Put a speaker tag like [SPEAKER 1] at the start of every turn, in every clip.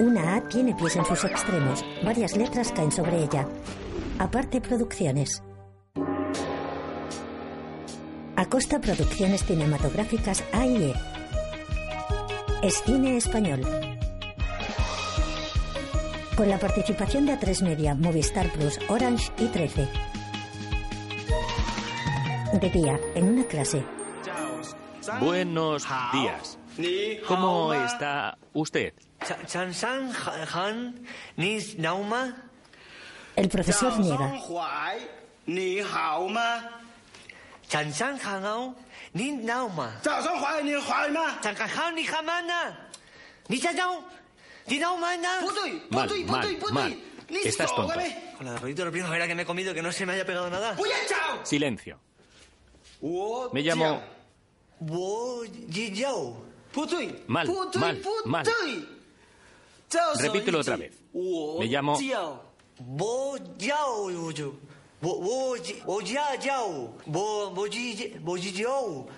[SPEAKER 1] Una A tiene pies en sus extremos. Varias letras caen sobre ella. Aparte Producciones. Acosta Producciones Cinematográficas A y E. Es cine español. Con la participación de A3 Media, Movistar Plus, Orange y 13. De día, en una clase.
[SPEAKER 2] Buenos días. ¿Cómo está usted?
[SPEAKER 1] El profesor niega.
[SPEAKER 2] Mal, mal, mal. Estás tonto.
[SPEAKER 3] Con la de rollito de primavera que me he comido que no se me haya pegado nada.
[SPEAKER 2] Silencio. Me llamo...
[SPEAKER 3] Wo yi yao.
[SPEAKER 2] Mal, mal, mal. Repítelo otra vez. Me llamo-
[SPEAKER 3] Bo yao yo. Bo wo yi- wo ya yao. Bo bo yi bo yi yao.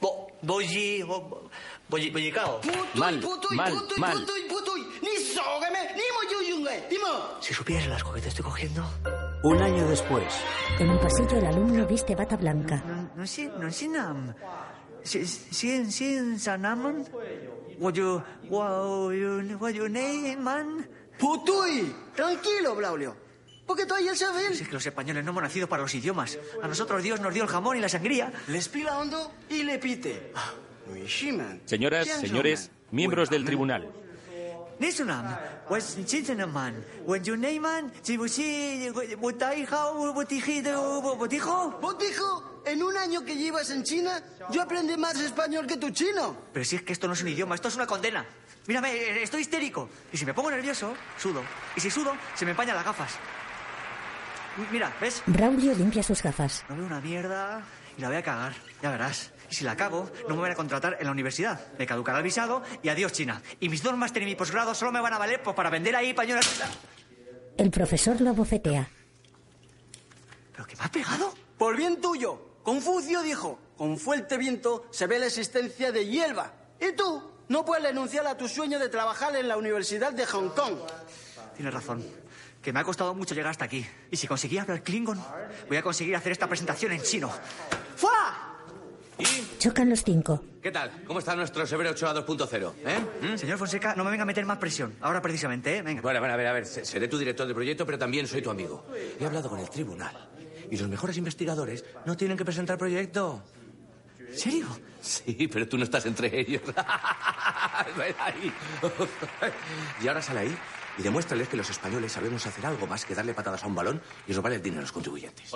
[SPEAKER 3] Bo bo yi bo bo- bo yi bo yi cao.
[SPEAKER 2] Mal, mal, mal.
[SPEAKER 3] Si supieras las que te estoy cogiendo.
[SPEAKER 4] Un año después,
[SPEAKER 1] En un pasillo el alumno viste bata blanca.
[SPEAKER 3] No no sé no sé nam. Si si si sanaman. Wo yo wo yo wo yo nei man.
[SPEAKER 5] ¡Putuy! Tranquilo, Braulio. Porque todavía se
[SPEAKER 3] Si es que los españoles no hemos nacido para los idiomas. A nosotros Dios nos dio el jamón y la sangría.
[SPEAKER 5] Les pila hondo y le pite.
[SPEAKER 2] Señoras, señores, miembros del tribunal.
[SPEAKER 3] Nisunam, was Chitanaman, when you name man, Chibushi, Butaiha, Butijido, Botijo.
[SPEAKER 5] Botijo, en un año que llevas en China, yo aprendí más español que tu chino.
[SPEAKER 3] Pero si es que esto no es un idioma, esto es una condena. Mírame, eh, estoy histérico. Y si me pongo nervioso, sudo. Y si sudo, se me empañan las gafas. M- Mira, ¿ves?
[SPEAKER 1] Braulio limpia sus gafas.
[SPEAKER 3] No veo una mierda y la voy a cagar, ya verás. Y si la cago, no me van a contratar en la universidad. Me caducará el visado y adiós China. Y mis dos máster y mi posgrado solo me van a valer pues, para vender ahí pañuelos.
[SPEAKER 1] El profesor lo bofetea.
[SPEAKER 3] ¿Pero qué me ha pegado?
[SPEAKER 5] Por bien tuyo, Confucio dijo, con fuerte viento se ve la existencia de hierba. Y tú no puedes renunciar a tu sueño de trabajar en la Universidad de Hong Kong.
[SPEAKER 3] Tienes razón. Que me ha costado mucho llegar hasta aquí. Y si conseguí hablar Klingon, voy a conseguir hacer esta presentación en chino. ¡Fua!
[SPEAKER 1] Chocan los cinco.
[SPEAKER 6] ¿Qué tal? ¿Cómo está nuestro Severo Ochoa 2.0? ¿Eh?
[SPEAKER 3] Señor Fonseca, no me venga a meter más presión. Ahora precisamente, ¿eh? Venga.
[SPEAKER 6] Bueno, bueno, a ver, a ver, se- seré tu director de proyecto, pero también soy tu amigo. He hablado con el tribunal. Y los mejores investigadores no tienen que presentar proyecto.
[SPEAKER 3] ¿En serio?
[SPEAKER 6] Sí, pero tú no estás entre ellos. Ven ahí. y ahora sal ahí y demuéstrales que los españoles sabemos hacer algo más que darle patadas a un balón y robar el dinero a los contribuyentes.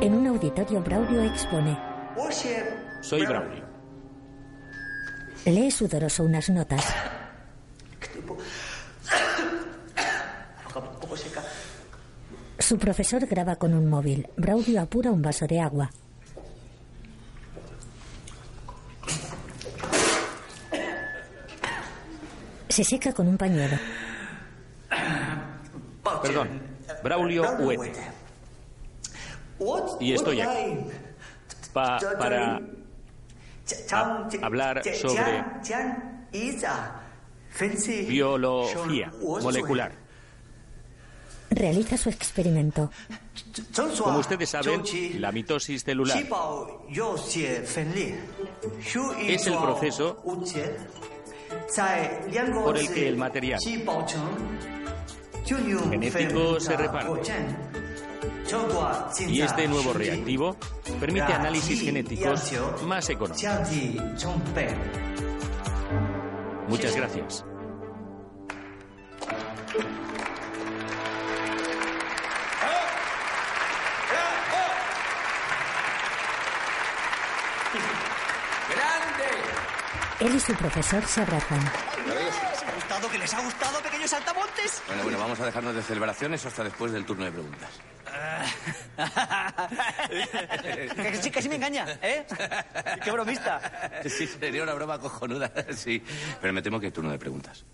[SPEAKER 1] En un auditorio Braulio expone.
[SPEAKER 2] Soy Braulio.
[SPEAKER 1] Lee sudoroso unas notas. Su profesor graba con un móvil. Braulio apura un vaso de agua. Se seca con un pañuelo.
[SPEAKER 2] Perdón. Braulio Huete. Y estoy aquí. Pa- para hablar sobre biología molecular.
[SPEAKER 1] Realiza su experimento.
[SPEAKER 2] Como ustedes saben, la mitosis celular
[SPEAKER 3] es
[SPEAKER 2] es el proceso por el que el material genético se reparte. y este nuevo reactivo permite análisis genéticos más económicos. Muchas gracias.
[SPEAKER 1] Él y su profesor se abrazan.
[SPEAKER 3] ¿Les ha gustado? ¿Que les ha gustado, pequeños saltamontes?
[SPEAKER 6] Bueno, bueno, vamos a dejarnos de celebraciones hasta después del turno de preguntas.
[SPEAKER 3] Casi, casi me engaña, ¿eh? ¡Qué bromista!
[SPEAKER 6] Sí, sería una broma cojonuda, sí. Pero me temo que hay turno de preguntas.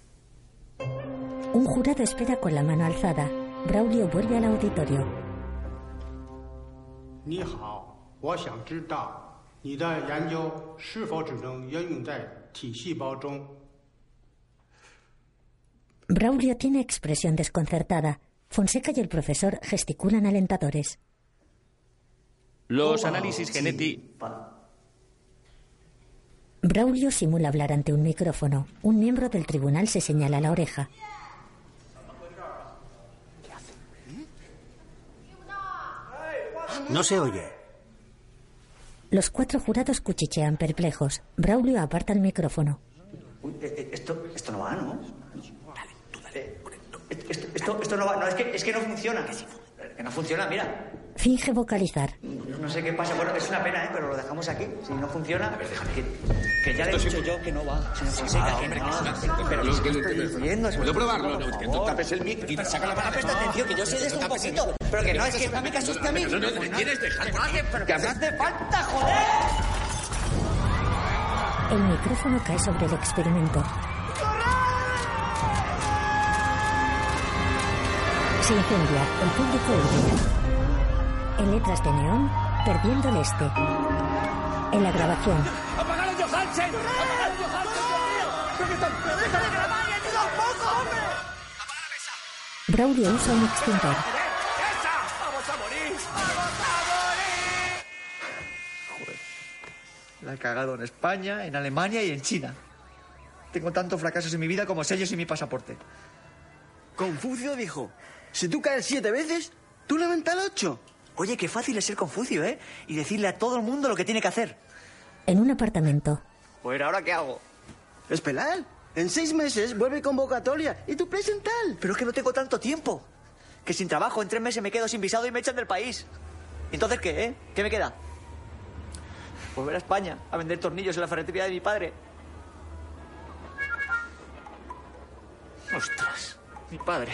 [SPEAKER 1] Un jurado espera con la mano alzada. Braulio vuelve al auditorio.
[SPEAKER 2] 你的研究是否只能应用在体细胞中？
[SPEAKER 1] Braulio tiene expresión desconcertada. Fonseca y el profesor gesticulan alentadores.
[SPEAKER 3] Uh,
[SPEAKER 6] Los análisis genéticos.
[SPEAKER 1] Braulio simula hablar ante un micrófono. Un miembro del tribunal se señala la oreja.
[SPEAKER 7] No se oye.
[SPEAKER 1] Los cuatro jurados cuchichean perplejos. Braulio aparta el micrófono.
[SPEAKER 3] Uy, eh, eh, esto, esto no va, ¿no? Eh, Esto, esto, esto no va, no, es que, es que no funciona. Eh, Que no funciona, mira.
[SPEAKER 1] Finge vocalizar.
[SPEAKER 3] No sé qué pasa. Bueno, es una pena, ¿eh? Pero lo dejamos aquí. Si no funciona, que, que ya le he dicho yo que no va. Señor Fonseca, que no. Pero
[SPEAKER 8] Lo
[SPEAKER 3] es
[SPEAKER 8] ah, que le-
[SPEAKER 3] que estoy diciendo. señor
[SPEAKER 8] ¿Puedo probarlo? No,
[SPEAKER 3] Fonseca,
[SPEAKER 8] es que
[SPEAKER 3] por
[SPEAKER 8] tú
[SPEAKER 3] favor.
[SPEAKER 8] tapes el mic y saca la
[SPEAKER 3] Ah,
[SPEAKER 8] mano.
[SPEAKER 3] presta atención, que yo sé de esto un poquito. Pero que no, es que no me casuste a mí.
[SPEAKER 8] No, no, me quieres dejar.
[SPEAKER 3] No hace- pero que me hace falta, joder.
[SPEAKER 1] El micrófono cae sobre el experimento. Se incendia. El público huye. En letras de neón, perdiendo el este. En la grabación, Braulio usa un extintor.
[SPEAKER 9] La he cagado en España, en Alemania y en China. Tengo tantos fracasos en mi vida como sellos en mi pasaporte.
[SPEAKER 10] Confucio dijo, si tú caes siete veces, tú levanta el ocho.
[SPEAKER 3] Oye, qué fácil es ser Confucio, ¿eh? Y decirle a todo el mundo lo que tiene que hacer.
[SPEAKER 1] En un apartamento,
[SPEAKER 3] Pues ahora, ¿qué hago?
[SPEAKER 10] Es penal. En seis meses vuelve convocatoria y tú presental.
[SPEAKER 9] Pero es que no tengo tanto tiempo.
[SPEAKER 3] Que sin trabajo, en tres meses me quedo sin visado y me echan del país. Entonces, ¿qué, eh? ¿Qué me queda? Volver a España, a vender tornillos en la ferretería de mi padre. Ostras, mi padre.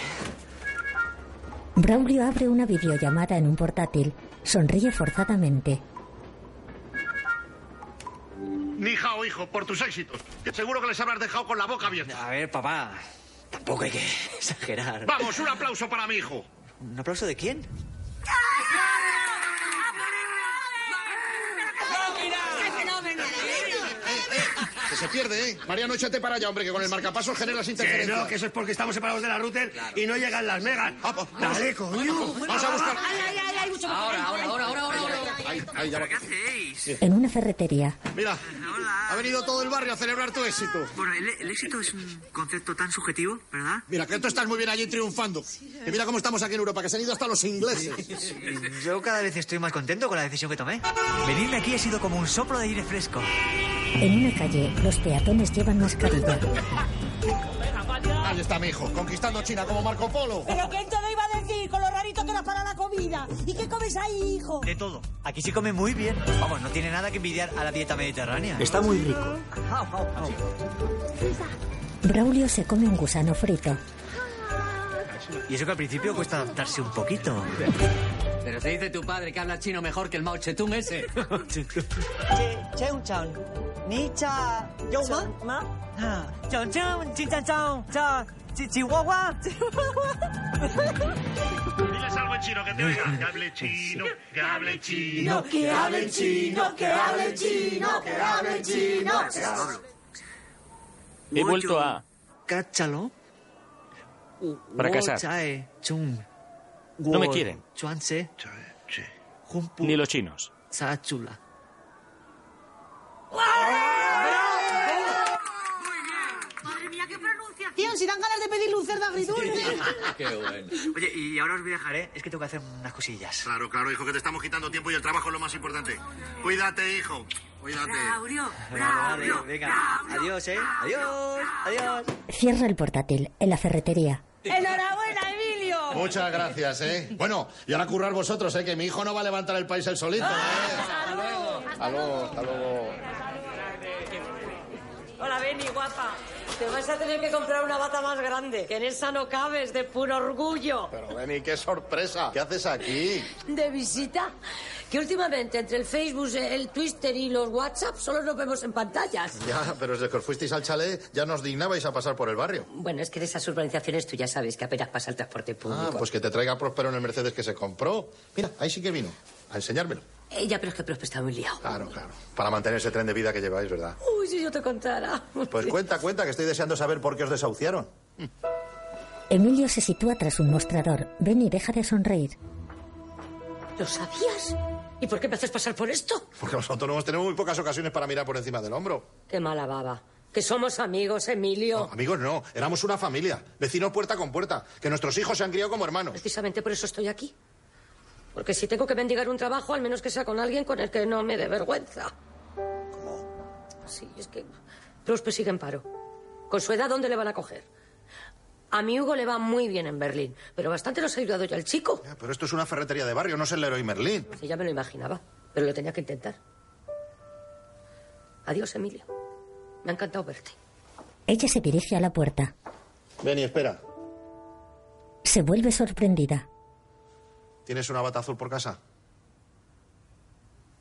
[SPEAKER 1] Braulio abre una videollamada en un portátil. Sonríe forzadamente.
[SPEAKER 11] Ni jao, hijo, por tus éxitos. Seguro que les habrás dejado con la boca abierta.
[SPEAKER 3] A ver, papá, tampoco hay que exagerar.
[SPEAKER 11] Vamos, un aplauso para mi hijo.
[SPEAKER 3] ¿Un aplauso de quién?
[SPEAKER 11] Que se pierde, ¿eh? Mariano, échate para allá, hombre, que con el marcapasos generas interferencias.
[SPEAKER 12] no, que eso es porque estamos separados de la router y no llegan las megas.
[SPEAKER 11] Ah, pues,
[SPEAKER 12] Dale, coño.
[SPEAKER 11] Vamos a buscar...
[SPEAKER 7] Ahora, ahora, ahora, ahora, ahora.
[SPEAKER 11] Ahí, ahí, ya lo-
[SPEAKER 1] En una ferretería,
[SPEAKER 11] Mira, ha venido todo el barrio a celebrar tu éxito.
[SPEAKER 9] Bueno, el, éxito es un concepto tan subjetivo, ¿verdad?
[SPEAKER 11] Mira, que tú estás muy bien allí triunfando. Y mira cómo estamos aquí en Europa, que se han ido hasta los ingleses.
[SPEAKER 9] Yo cada vez estoy más contento con la decisión que tomé.
[SPEAKER 3] Venirme aquí ha sido como un soplo de aire fresco.
[SPEAKER 1] en una calle, los peatones llevan mascarilla.
[SPEAKER 11] Ahí está mi hijo, conquistando China como Marco Polo.
[SPEAKER 13] Pero que esto no iba a decir con lo rarito que era para la comida. ¿Y qué comes ahí, hijo?
[SPEAKER 3] De todo. Aquí se come muy bien. Vamos, no tiene nada que envidiar a la dieta mediterránea.
[SPEAKER 7] Está muy rico.
[SPEAKER 1] Braulio se come un gusano frito.
[SPEAKER 3] Y eso que al principio cuesta adaptarse un poquito.
[SPEAKER 7] Pero te dice tu padre que habla chino mejor que el Mao Zedong ese.
[SPEAKER 13] Che, cheun chan. Ni cha. Yo ma.
[SPEAKER 2] Ah.
[SPEAKER 3] Chao, chao, chin, chan, chao, chao, chi- chihuahua.
[SPEAKER 11] Diles algo en chino, que te oiga. Que hable chino, que hable chino.
[SPEAKER 13] Que hable chino, que hable chino, que hable chino.
[SPEAKER 6] He vuelto a.
[SPEAKER 9] Cáchalo.
[SPEAKER 6] Fracasar.
[SPEAKER 9] Chae, chung.
[SPEAKER 6] No me
[SPEAKER 9] Wo-
[SPEAKER 6] quieren.
[SPEAKER 9] Chuanse. Jumpu.
[SPEAKER 6] Ni los chinos.
[SPEAKER 9] Sáchula.
[SPEAKER 13] Tío, si dan ganas de pedir lucerna agridulce.
[SPEAKER 3] Oye, y ahora os voy a dejar, ¿eh? Es que tengo que hacer unas cosillas.
[SPEAKER 11] Claro, claro, hijo, que te estamos quitando tiempo y el trabajo es lo más importante. Cuídate, hijo. Cuídate.
[SPEAKER 3] Vale, vale, venga. Adiós, ¿eh? Adiós, adiós.
[SPEAKER 1] Cierra el portátil en la ferretería.
[SPEAKER 13] Enhorabuena, Emilio.
[SPEAKER 11] Muchas gracias, ¿eh? Bueno, y ahora currar vosotros, ¿eh? Que mi hijo no va a levantar el país él solito, ¿eh? Hasta luego, hasta luego.
[SPEAKER 13] Hola, Beni, guapa. Te vas a tener que comprar una bata más grande, que en esa no cabes de puro orgullo.
[SPEAKER 11] Pero, Benny, qué sorpresa. ¿Qué haces aquí?
[SPEAKER 13] de visita que últimamente entre el Facebook, el Twitter y los WhatsApp solo nos vemos en pantallas.
[SPEAKER 11] Ya, pero desde que os fuisteis al chalet ya nos dignabais a pasar por el barrio.
[SPEAKER 13] Bueno, es que de esas urbanizaciones tú ya sabes que apenas pasa el transporte
[SPEAKER 11] Ah,
[SPEAKER 13] público.
[SPEAKER 11] pues que te traiga Próspero en el Mercedes que se compró. Mira, ahí sí que vino. A enseñármelo.
[SPEAKER 13] Eh, ya, pero es que Prosper está muy liado.
[SPEAKER 11] Claro, claro. Para mantener ese tren de vida que lleváis, ¿verdad?
[SPEAKER 13] Uy, si yo te contara.
[SPEAKER 11] Pues cuenta, cuenta, que estoy deseando saber por qué os desahuciaron.
[SPEAKER 1] Emilio se sitúa tras un mostrador. Benny deja de sonreír.
[SPEAKER 13] ¿Lo sabías? ¿Y por qué me haces pasar por esto?
[SPEAKER 11] Porque los autónomos tenemos muy pocas ocasiones para mirar por encima del hombro.
[SPEAKER 13] Qué mala baba. Que somos amigos, Emilio.
[SPEAKER 11] Amigos no, éramos una familia, vecinos puerta con puerta, que nuestros hijos se han criado como hermanos.
[SPEAKER 13] Precisamente por eso estoy aquí. Porque si tengo que mendigar un trabajo, al menos que sea con alguien con el que no me dé vergüenza. ¿Cómo? Sí, es que Prosper sigue en paro. Con su edad, ¿dónde le van a coger? A mi Hugo le va muy bien en Berlín, pero bastante nos ha ayudado ya el chico.
[SPEAKER 11] Ya, pero esto es una ferretería de barrio, no es el Leroy Merlín.
[SPEAKER 13] Sí, ya me lo imaginaba, pero lo tenía que intentar. Adiós, Emilio. Me ha encantado verte.
[SPEAKER 1] Ella se dirige a la puerta.
[SPEAKER 11] Ven y espera.
[SPEAKER 1] Se vuelve sorprendida.
[SPEAKER 11] ¿Tienes una bata azul por casa?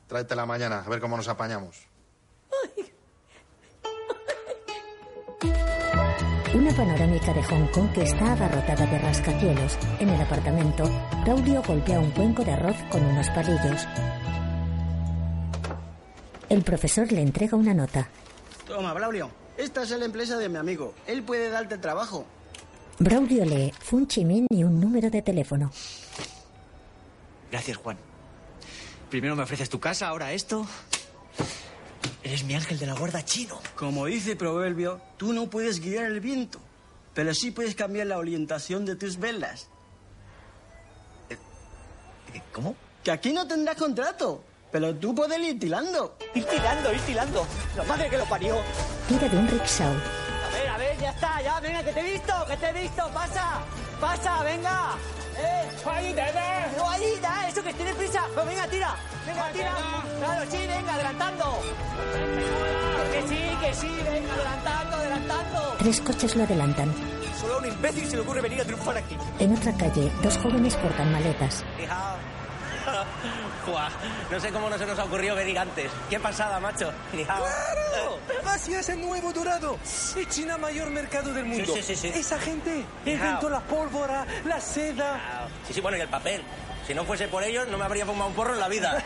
[SPEAKER 11] Tráetela mañana, a ver cómo nos apañamos.
[SPEAKER 1] Una panorámica de Hong Kong que está abarrotada de rascacielos. En el apartamento, Claudio golpea un cuenco de arroz con unos palillos. El profesor le entrega una nota.
[SPEAKER 14] Toma, Braulio. Esta es la empresa de mi amigo. Él puede darte trabajo.
[SPEAKER 1] Braulio lee Fun Chimin y un número de teléfono.
[SPEAKER 3] Gracias, Juan. Primero me ofreces tu casa, ahora esto. Eres mi ángel de la guarda chino.
[SPEAKER 14] Como dice Proverbio, tú no puedes guiar el viento, pero sí puedes cambiar la orientación de tus velas.
[SPEAKER 3] Eh, ¿Cómo?
[SPEAKER 14] Que aquí no tendrás contrato, pero tú puedes ir tirando.
[SPEAKER 3] Ir tirando, ir tirando. La madre que lo parió.
[SPEAKER 1] Tira de un rickshaw.
[SPEAKER 3] A ver, a ver, ya está, ya, venga, que te he visto, que te he visto, pasa, pasa, venga. ¡Eh! ¡Juanita, eh! ¡Juanita, eso que tiene prisa! Pues venga, tira! ¡Venga, tira! ¡Claro, sí, venga, adelantando! ¡Que sí, que sí, venga, adelantando, adelantando!
[SPEAKER 1] Tres coches lo adelantan.
[SPEAKER 3] Solo a un imbécil se le ocurre venir a triunfar aquí.
[SPEAKER 1] En otra calle, dos jóvenes portan maletas.
[SPEAKER 3] Hija. Guau, no sé cómo no se nos ha ocurrido venir antes. ¡Qué pasada, macho! Hija.
[SPEAKER 15] ¡Claro! Asia es el nuevo dorado. Es China mayor mercado del mundo.
[SPEAKER 3] Sí, sí, sí,
[SPEAKER 15] Esa gente inventó la pólvora, la seda.
[SPEAKER 3] Hija. Sí, sí, bueno, y el papel. Si no fuese por ellos, no me habría fumado un porro en la vida.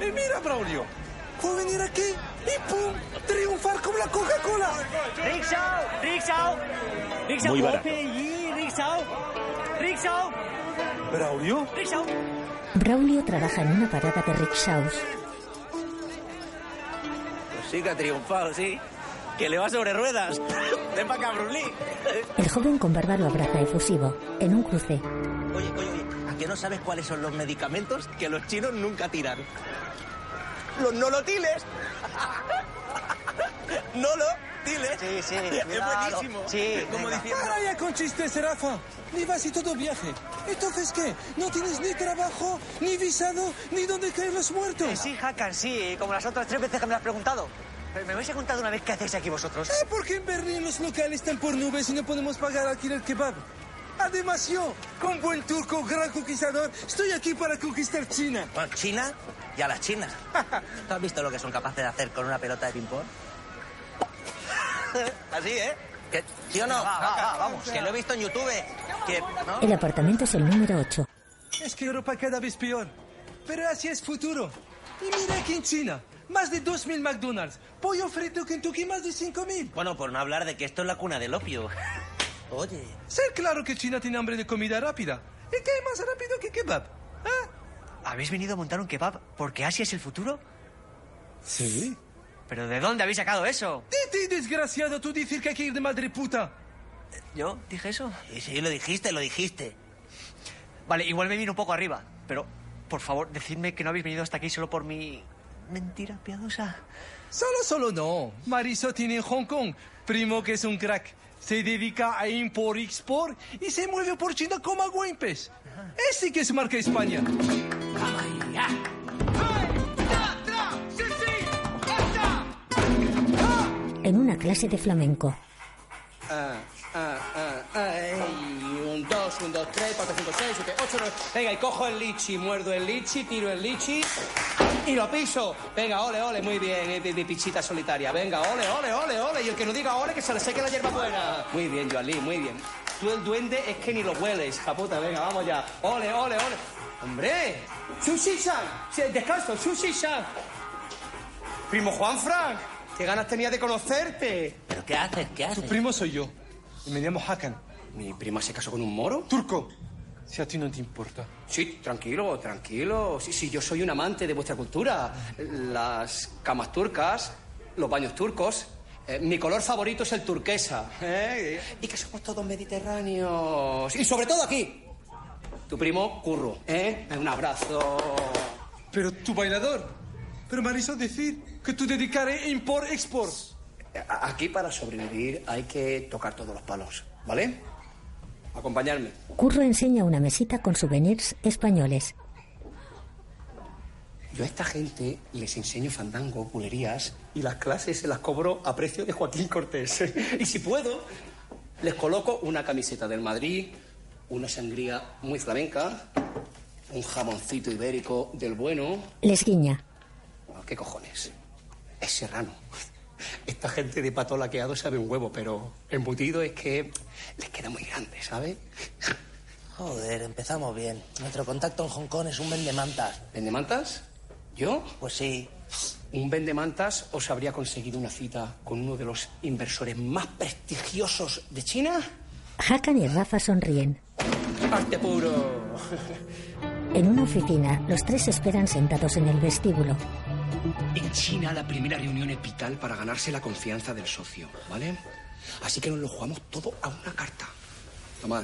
[SPEAKER 15] eh, mira, Braulio. Puedo venir aquí y ¡pum! ¡Triunfar con la Coca-Cola!
[SPEAKER 3] ¡Rickshaw! ¡Rickshaw! ¡Rickshaw!
[SPEAKER 2] Muy barato.
[SPEAKER 3] ¡Rickshaw! ¡Rickshaw!
[SPEAKER 15] ¿Braulio?
[SPEAKER 3] ¡Rickshaw!
[SPEAKER 1] Braulio trabaja en una parada de rickshaws.
[SPEAKER 3] Pues sí que ha triunfado, sí. Que le va sobre ruedas. Ven pa' acá, Bruce Lee.
[SPEAKER 1] El joven con barba lo abraza efusivo, en un cruce.
[SPEAKER 3] Oye, oye, oye, ¿a qué no sabes cuáles son los medicamentos que los chinos nunca tiran? ¡Los nolotiles! ¡Nolotiles!
[SPEAKER 15] Sí, sí,
[SPEAKER 3] Es buenísimo.
[SPEAKER 15] Sí, como diciendo... ¡Para ya con chistes, Rafa! Ni vas y todo viaje. ¿Entonces qué? ¿No tienes ni trabajo, ni visado, ni dónde caer los muertos?
[SPEAKER 3] Sí, Hakan, sí, como las otras tres veces que me lo has preguntado. Pero me habéis contado una vez qué hacéis aquí vosotros.
[SPEAKER 15] ¿Eh? ¿Por qué en Berlín los locales están por nubes y no podemos pagar alquiler kebab? Además yo, con buen turco, gran conquistador, estoy aquí para conquistar China.
[SPEAKER 3] Bueno, China y a la China. ¿Tú has visto lo que son capaces de hacer con una pelota de ping-pong? Así, ¿eh? ¿Que, ¿Sí o no? Va, va, va, vamos, que lo he visto en YouTube. Que, ¿no?
[SPEAKER 1] El apartamento es el número 8.
[SPEAKER 15] Es que Europa cada vez peor, pero así es futuro. Y mira aquí en China, más de 2.000 McDonald's, pollo frito Kentucky más de 5.000.
[SPEAKER 3] Bueno, por no hablar de que esto es la cuna del opio. Oye.
[SPEAKER 15] Ser claro que China tiene hambre de comida rápida. ¿Y qué hay más rápido que kebab? ¿Ah?
[SPEAKER 3] ¿Habéis venido a montar un kebab porque Asia es el futuro?
[SPEAKER 15] Sí.
[SPEAKER 3] ¿Pero de dónde habéis sacado eso?
[SPEAKER 15] Titi, desgraciado, tú dices que hay que ir de madre puta.
[SPEAKER 3] ¿Yo dije eso? Sí, sí, lo dijiste, lo dijiste. Vale, igual me vino un poco arriba, pero por favor, decidme que no habéis venido hasta aquí solo por mi mentira piadosa.
[SPEAKER 15] Solo, solo no. Mariso tiene en Hong Kong, primo que es un crack. Se dedica a import-export y se mueve por China como a Guempes. Ese que es marca España.
[SPEAKER 1] En una clase de flamenco,
[SPEAKER 14] Ah, ah, ah, ah, ey, un, dos, un, dos, tres, cuatro, cinco, seis, siete, ocho, nueve. Venga, y cojo el lichi, muerdo el lichi, tiro el lichi y lo piso. Venga, ole, ole, muy bien, eh, de, de pichita solitaria. Venga, ole, ole, ole, ole. Y el que no diga ole, que se le seque la hierba buena. Muy bien, Joalí, muy bien. Tú el duende es que ni lo hueles, caputa. Venga, vamos ya. Ole, ole, ole. ¡Hombre! ¡Sushi-san! Sí, ¡Descanso! ¡Sushi-san! Primo Juan Frank, qué ganas tenía de conocerte. ¿Pero qué haces? ¿Qué haces?
[SPEAKER 16] Tu primo soy yo. Y me llamo Hakan.
[SPEAKER 14] ¿Mi prima se casó con un moro?
[SPEAKER 16] Turco. Si a ti no te importa.
[SPEAKER 14] Sí, tranquilo, tranquilo. Sí, sí, yo soy un amante de vuestra cultura. Las camas turcas, los baños turcos. Eh, mi color favorito es el turquesa. ¿eh? Y que somos todos mediterráneos. Y sobre todo aquí. Tu primo, Curro. ¿eh? Un abrazo.
[SPEAKER 16] Pero tu bailador. Pero me hizo decir que tú dedicaré import-export.
[SPEAKER 14] A- Aquí para sobrevivir hay que tocar todos los palos, ¿vale? Acompañarme.
[SPEAKER 1] Curro enseña una mesita con souvenirs españoles.
[SPEAKER 14] Yo a esta gente les enseño fandango, pulerías y las clases se las cobro a precio de Joaquín Cortés. y si puedo, les coloco una camiseta del Madrid, una sangría muy flamenca, un jamoncito ibérico del bueno.
[SPEAKER 1] Les guiña.
[SPEAKER 14] No, ¿Qué cojones? Es serrano. Esta gente de pato laqueado sabe un huevo, pero embutido es que les queda muy grande, ¿sabes?
[SPEAKER 6] Joder, empezamos bien. Nuestro contacto en Hong Kong es un vendemantas.
[SPEAKER 14] ¿Vendemantas? ¿Yo?
[SPEAKER 6] Pues sí.
[SPEAKER 14] Un vendemantas os habría conseguido una cita con uno de los inversores más prestigiosos de China.
[SPEAKER 1] Hakan y Rafa sonríen.
[SPEAKER 14] Arte puro.
[SPEAKER 1] En una oficina, los tres esperan sentados en el vestíbulo.
[SPEAKER 14] En China la primera reunión es vital para ganarse la confianza del socio, ¿vale? Así que nos lo jugamos todo a una carta. Tomad.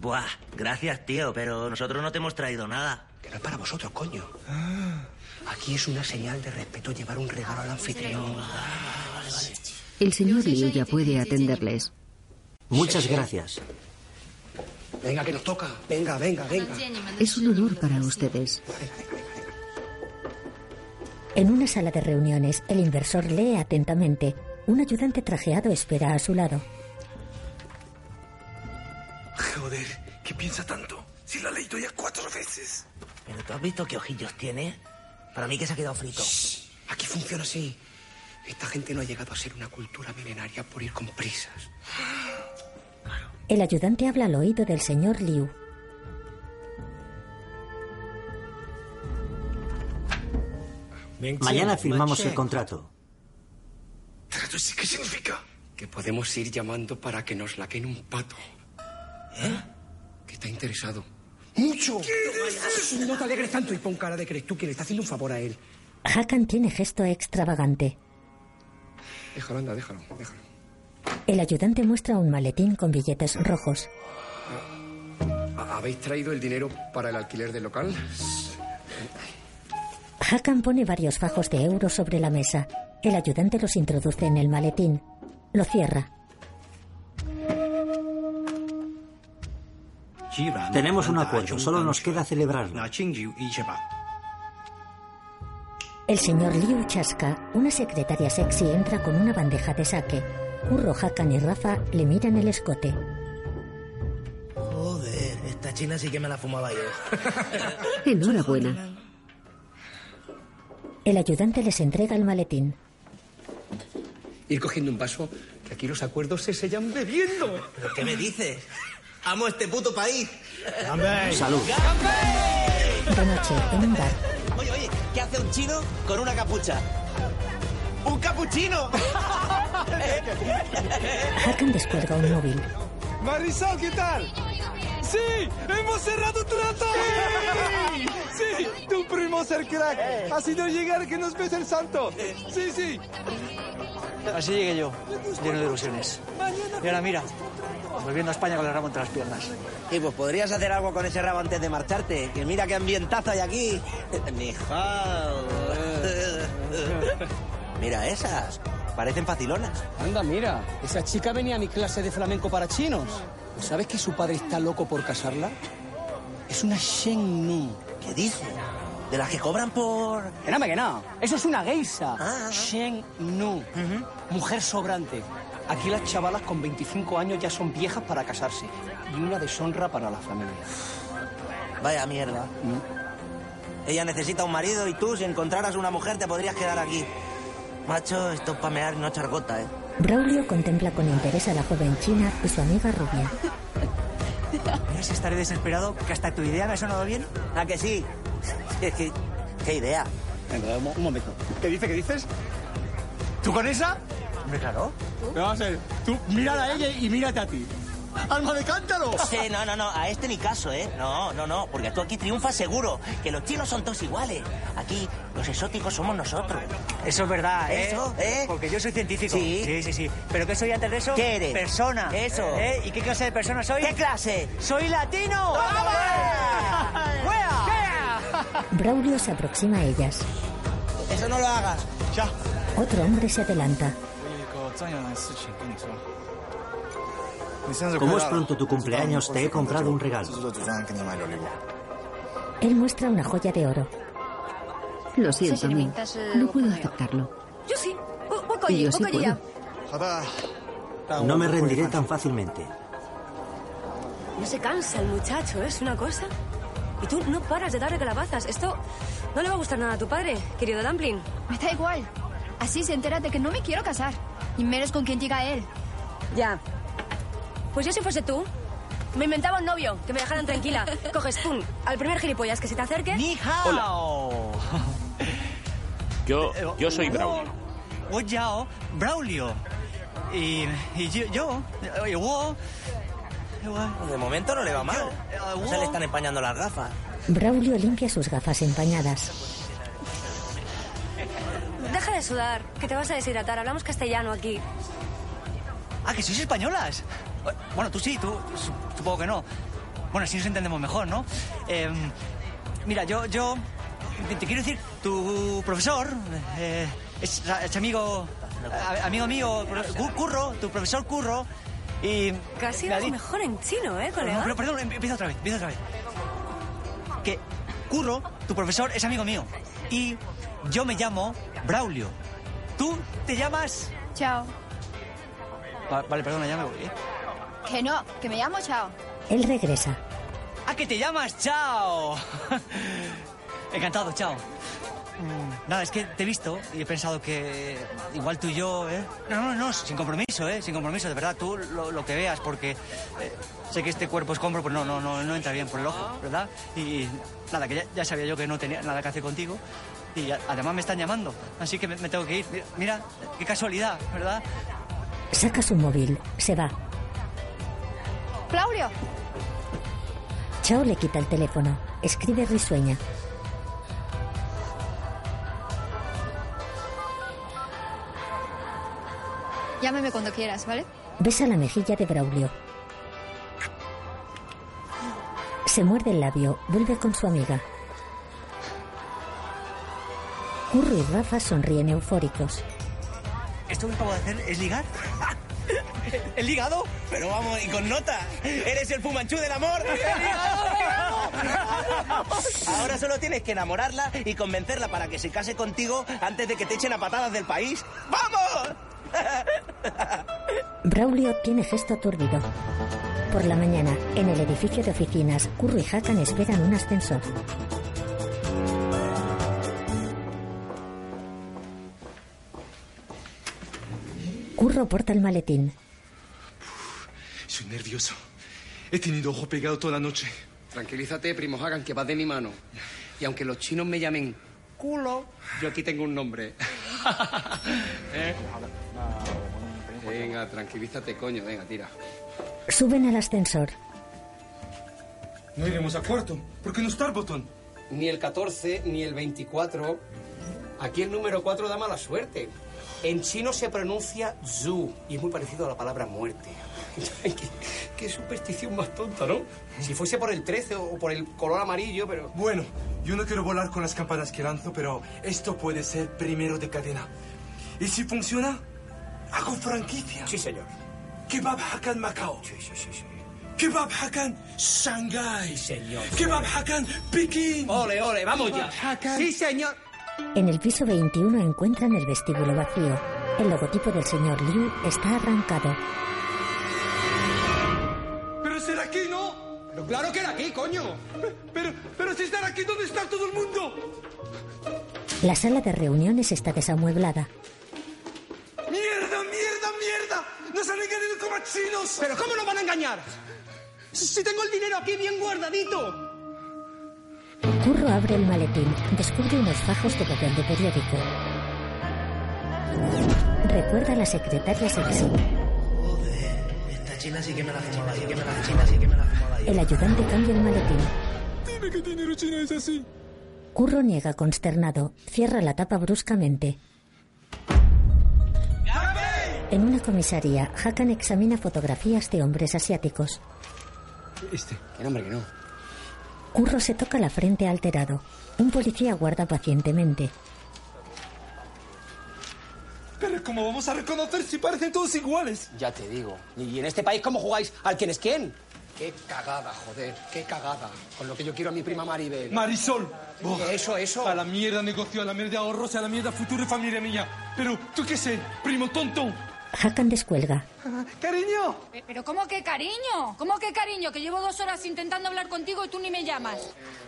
[SPEAKER 6] Buah, gracias, tío, pero nosotros no te hemos traído nada.
[SPEAKER 14] Que no es para vosotros, coño. Aquí es una señal de respeto llevar un regalo al anfitrión.
[SPEAKER 17] El señor Liu ya puede atenderles.
[SPEAKER 6] Muchas gracias.
[SPEAKER 14] Venga, que nos toca. Venga, venga, venga.
[SPEAKER 17] Es un honor para ustedes.
[SPEAKER 1] En una sala de reuniones, el inversor lee atentamente. Un ayudante trajeado espera a su lado.
[SPEAKER 15] Joder, ¿qué piensa tanto? Si la he leído ya cuatro veces.
[SPEAKER 6] ¿Pero tú has visto qué ojillos tiene? Para mí que se ha quedado frito.
[SPEAKER 14] Aquí funciona así. Esta gente no ha llegado a ser una cultura milenaria por ir con prisas.
[SPEAKER 1] El ayudante habla al oído del señor Liu.
[SPEAKER 6] Mañana firmamos el contrato.
[SPEAKER 14] ¿Trato sí qué significa? Que podemos ir llamando para que nos laquen un pato. ¿Eh? Que está interesado. ¡Mucho! No te alegres tanto y pon cara de que eres tú quien le está haciendo un favor a él.
[SPEAKER 1] Hakan tiene gesto extravagante.
[SPEAKER 14] Déjalo, anda, déjalo, déjalo.
[SPEAKER 1] El ayudante muestra un maletín con billetes rojos.
[SPEAKER 14] ¿Ha- ¿Habéis traído el dinero para el alquiler del local?
[SPEAKER 1] Hakan pone varios fajos de euros sobre la mesa. El ayudante los introduce en el maletín. Lo cierra.
[SPEAKER 6] Tenemos un acuerdo, solo nos queda celebrarlo.
[SPEAKER 1] El señor Liu chasca. Una secretaria sexy entra con una bandeja de saque. Curro, Hakan y Rafa le miran el escote.
[SPEAKER 6] Joder, esta china sí que me la fumaba yo.
[SPEAKER 17] Enhorabuena.
[SPEAKER 1] El ayudante les entrega el maletín.
[SPEAKER 14] Ir cogiendo un vaso, que aquí los acuerdos se sellan bebiendo.
[SPEAKER 6] ¿Pero qué me dices? Amo este puto país.
[SPEAKER 14] Salud.
[SPEAKER 1] De noche, en un bar,
[SPEAKER 6] Oye, oye, ¿qué hace un chino con una capucha? ¡Un capuchino!
[SPEAKER 1] Hakan descuelga un móvil.
[SPEAKER 16] Marisol, ¿qué tal? ¡Sí! ¡Hemos cerrado trato! ¡Sí! ¡Sí! ¡Tu primo es el
[SPEAKER 3] Eh.
[SPEAKER 16] crack! Ha sido llegar que nos ves el santo. ¡Sí, sí!
[SPEAKER 3] Así llegué yo, lleno de ilusiones. Y ahora mira, volviendo a España con el ramo entre las piernas.
[SPEAKER 6] Y pues podrías hacer algo con ese rabo antes de marcharte. Que mira qué ambientazo hay aquí. Mijao. mira esas. Parecen facilonas.
[SPEAKER 14] Anda, mira, esa chica venía a mi clase de flamenco para chinos. ¿Sabes que su padre está loco por casarla? Es una Shen Nu.
[SPEAKER 6] ¿Qué dice? ¿De las que cobran por...? Ah,
[SPEAKER 14] Que no, me que no. Eso es una geisa. Shen Nu. Mujer sobrante. Aquí las chavalas con 25 años ya son viejas para casarse. Y una deshonra para la familia.
[SPEAKER 6] Vaya mierda. Ella necesita un marido y tú, si encontraras una mujer, te podrías quedar aquí. Macho, esto es pamear y no echar gota, ¿eh?
[SPEAKER 1] Braulio contempla con interés a la joven china y su amiga rubia.
[SPEAKER 3] ¿Ves? Estaré desesperado que hasta tu idea me ha sonado bien. ¿A
[SPEAKER 6] Ah,
[SPEAKER 3] que sí? ¿Qué, idea?
[SPEAKER 18] Venga, un, un momento. ¿Qué dices? ¿Qué dices? ¿Tú con esa?
[SPEAKER 3] Hombre, claro.
[SPEAKER 18] Vamos a ver. Tú mírala a ella y mírate a ti. ¡Alma de cántaro!
[SPEAKER 3] Sí, no, no, no, a este ni caso, ¿eh? No, no, no, porque tú aquí triunfas seguro, que los chinos son todos iguales. Aquí los exóticos somos nosotros. Eso es verdad,
[SPEAKER 6] ¿eh?
[SPEAKER 3] ¿Eso? ¿Eh? Porque yo soy científico.
[SPEAKER 6] Sí.
[SPEAKER 3] Sí, sí, sí. ¿Pero qué soy antes de eso?
[SPEAKER 6] ¿Qué eres?
[SPEAKER 3] Persona.
[SPEAKER 6] Eso.
[SPEAKER 3] ¿Eh? ¿Y qué clase de persona soy?
[SPEAKER 6] ¿Qué clase?
[SPEAKER 3] ¡Soy latino!
[SPEAKER 6] ¡Vamos!
[SPEAKER 1] Braulio se aproxima a ellas.
[SPEAKER 6] Eso no lo hagas. Ya.
[SPEAKER 1] Otro hombre se adelanta.
[SPEAKER 19] Como es pronto tu cumpleaños, te he comprado un regalo.
[SPEAKER 1] Él muestra una joya de oro.
[SPEAKER 20] Lo siento, Min. No puedo aceptarlo.
[SPEAKER 13] Yo sí.
[SPEAKER 20] Y yo sí puedo.
[SPEAKER 19] No me rendiré tan fácilmente.
[SPEAKER 13] No se cansa el muchacho, ¿eh? es una cosa. Y tú no paras de darle calabazas. Esto no le va a gustar nada a tu padre, querido Dumpling.
[SPEAKER 21] Me da igual. Así se entera de que no me quiero casar. Y menos con quien diga él.
[SPEAKER 13] Ya. Pues yo si fuese tú, me inventaba un novio, que me dejaran tranquila. Coges, pum, al primer gilipollas que se te acerque... ¡Ni
[SPEAKER 22] Yo, yo
[SPEAKER 3] Eh,
[SPEAKER 22] soy Braulio.
[SPEAKER 3] Wo oh, Yao, Braulio. Y, y yo, yo, oye, wo,
[SPEAKER 6] De momento no le va mal.
[SPEAKER 3] eh,
[SPEAKER 6] No se le están empañando las gafas.
[SPEAKER 1] Braulio limpia sus gafas empañadas.
[SPEAKER 13] Deja de sudar, que te vas a deshidratar. Hablamos castellano aquí.
[SPEAKER 3] Ah, que sois españolas. Bueno, tú sí, tú su- supongo que no. Bueno, así nos entendemos mejor, ¿no? Eh, mira, yo, yo te, te quiero decir, tu profesor eh, es, es amigo, a- amigo mío, Cu- Curro, tu profesor Curro. Y
[SPEAKER 13] Casi
[SPEAKER 3] me ha
[SPEAKER 13] lo
[SPEAKER 3] di-
[SPEAKER 13] mejor en chino, ¿eh,
[SPEAKER 3] No,
[SPEAKER 13] colega?
[SPEAKER 3] pero perdón, em- empieza otra vez, empieza otra vez. Que Curro, tu profesor, es amigo mío. Y yo me llamo Braulio. Tú te llamas...
[SPEAKER 21] Chao.
[SPEAKER 3] Va- vale, perdona, ya me voy, ¿eh?
[SPEAKER 21] Que no, que me llamo Chao.
[SPEAKER 1] Él regresa.
[SPEAKER 3] Ah, que te llamas Chao. Encantado, Chao. Mm, Nada, es que te he visto y he pensado que igual tú y yo, ¿eh? No, no, no, sin compromiso, ¿eh? Sin compromiso, de verdad, tú lo, lo que veas, porque eh, sé que este cuerpo escombro, pues no, no, no, no entra bien por el ojo, ¿verdad? Y nada, que ya, ya sabía yo que no tenía nada que hacer contigo y a- además me están llamando, así que me, me tengo que ir. Mira, mira, qué casualidad, ¿verdad?
[SPEAKER 1] Saca su móvil. Se va.
[SPEAKER 21] Claudio.
[SPEAKER 1] Chao le quita el teléfono. Escribe risueña.
[SPEAKER 21] Llámame cuando quieras, ¿vale?
[SPEAKER 1] Besa la mejilla de Braulio. Se muerde el labio. Vuelve con su amiga. Curro y Rafa sonríen eufóricos.
[SPEAKER 3] ¿Esto que acabo de hacer es ligar? ¿El ligado?
[SPEAKER 6] Pero vamos, y con nota. Eres el Fumanchú del amor. Ahora solo tienes que enamorarla y convencerla para que se case contigo antes de que te echen a patadas del país. ¡Vamos!
[SPEAKER 1] Braulio tiene gesto turbido. Por la mañana, en el edificio de oficinas, Curro y Hakan esperan un ascensor. Curro porta el maletín.
[SPEAKER 16] Soy nervioso. He tenido ojo pegado toda la noche.
[SPEAKER 14] Tranquilízate, primo Hagan, que va de mi mano. Y aunque los chinos me llamen culo, yo aquí tengo un nombre. ¿Eh? Venga, tranquilízate, coño, venga, tira.
[SPEAKER 1] Suben al ascensor.
[SPEAKER 14] No iremos a cuarto. ¿Por qué no está el botón? Ni el 14, ni el 24. Aquí el número 4 da mala suerte. En chino se pronuncia zu y es muy parecido a la palabra muerte. qué, qué superstición más tonta, ¿no? Si fuese por el 13 o por el color amarillo, pero...
[SPEAKER 16] Bueno, yo no quiero volar con las campanas que lanzo, pero esto puede ser primero de cadena. Y si funciona, hago franquicia. Sí, señor. Kebab Hakan Macao. Sí, sí, sí, sí. Kebab Hakan Shanghai. señor. Kebab Hakan Pekín.
[SPEAKER 14] Ole, ole, vamos ya. Sí, señor.
[SPEAKER 1] En el piso 21 encuentran el vestíbulo vacío. El logotipo del señor Liu está arrancado.
[SPEAKER 16] Pero será aquí, ¿no? Pero claro que era aquí, coño. Pero, pero si estar aquí, ¿dónde está todo el mundo?
[SPEAKER 1] La sala de reuniones está desamueblada.
[SPEAKER 16] ¡Mierda, mierda, mierda! ¡Nos han engañado como a chinos!
[SPEAKER 14] ¿Pero cómo nos van a engañar?
[SPEAKER 16] Si tengo el dinero aquí bien guardadito.
[SPEAKER 1] Curro abre el maletín, descubre unos fajos de papel de periódico. Recuerda a la secretaria sexy.
[SPEAKER 6] Esta china sí que me la fumaba, sí que me la china sí que me la fumaba.
[SPEAKER 1] El ayudante cambia el maletín.
[SPEAKER 2] Dime que dinero chino es así.
[SPEAKER 1] Curro niega consternado, cierra la tapa bruscamente. En una comisaría, Hakan examina fotografías de hombres asiáticos.
[SPEAKER 23] Este. Que nombre que no.
[SPEAKER 1] Curro se toca la frente alterado. Un policía guarda pacientemente.
[SPEAKER 16] Pero ¿cómo vamos a reconocer si parecen todos iguales?
[SPEAKER 14] Ya te digo. ¿Y en este país cómo jugáis al quién es quién?
[SPEAKER 16] Qué cagada, joder.
[SPEAKER 14] Qué cagada. Con lo que yo quiero a mi prima Maribel.
[SPEAKER 16] Marisol.
[SPEAKER 14] Eso, eso.
[SPEAKER 16] A la mierda negocio, a la mierda ahorros, a la mierda futuro y familia mía. Pero tú qué sé, primo tonto.
[SPEAKER 1] Hakan descuelga.
[SPEAKER 16] Cariño.
[SPEAKER 24] Pero ¿cómo que cariño? ¿Cómo que cariño? Que llevo dos horas intentando hablar contigo y tú ni me llamas.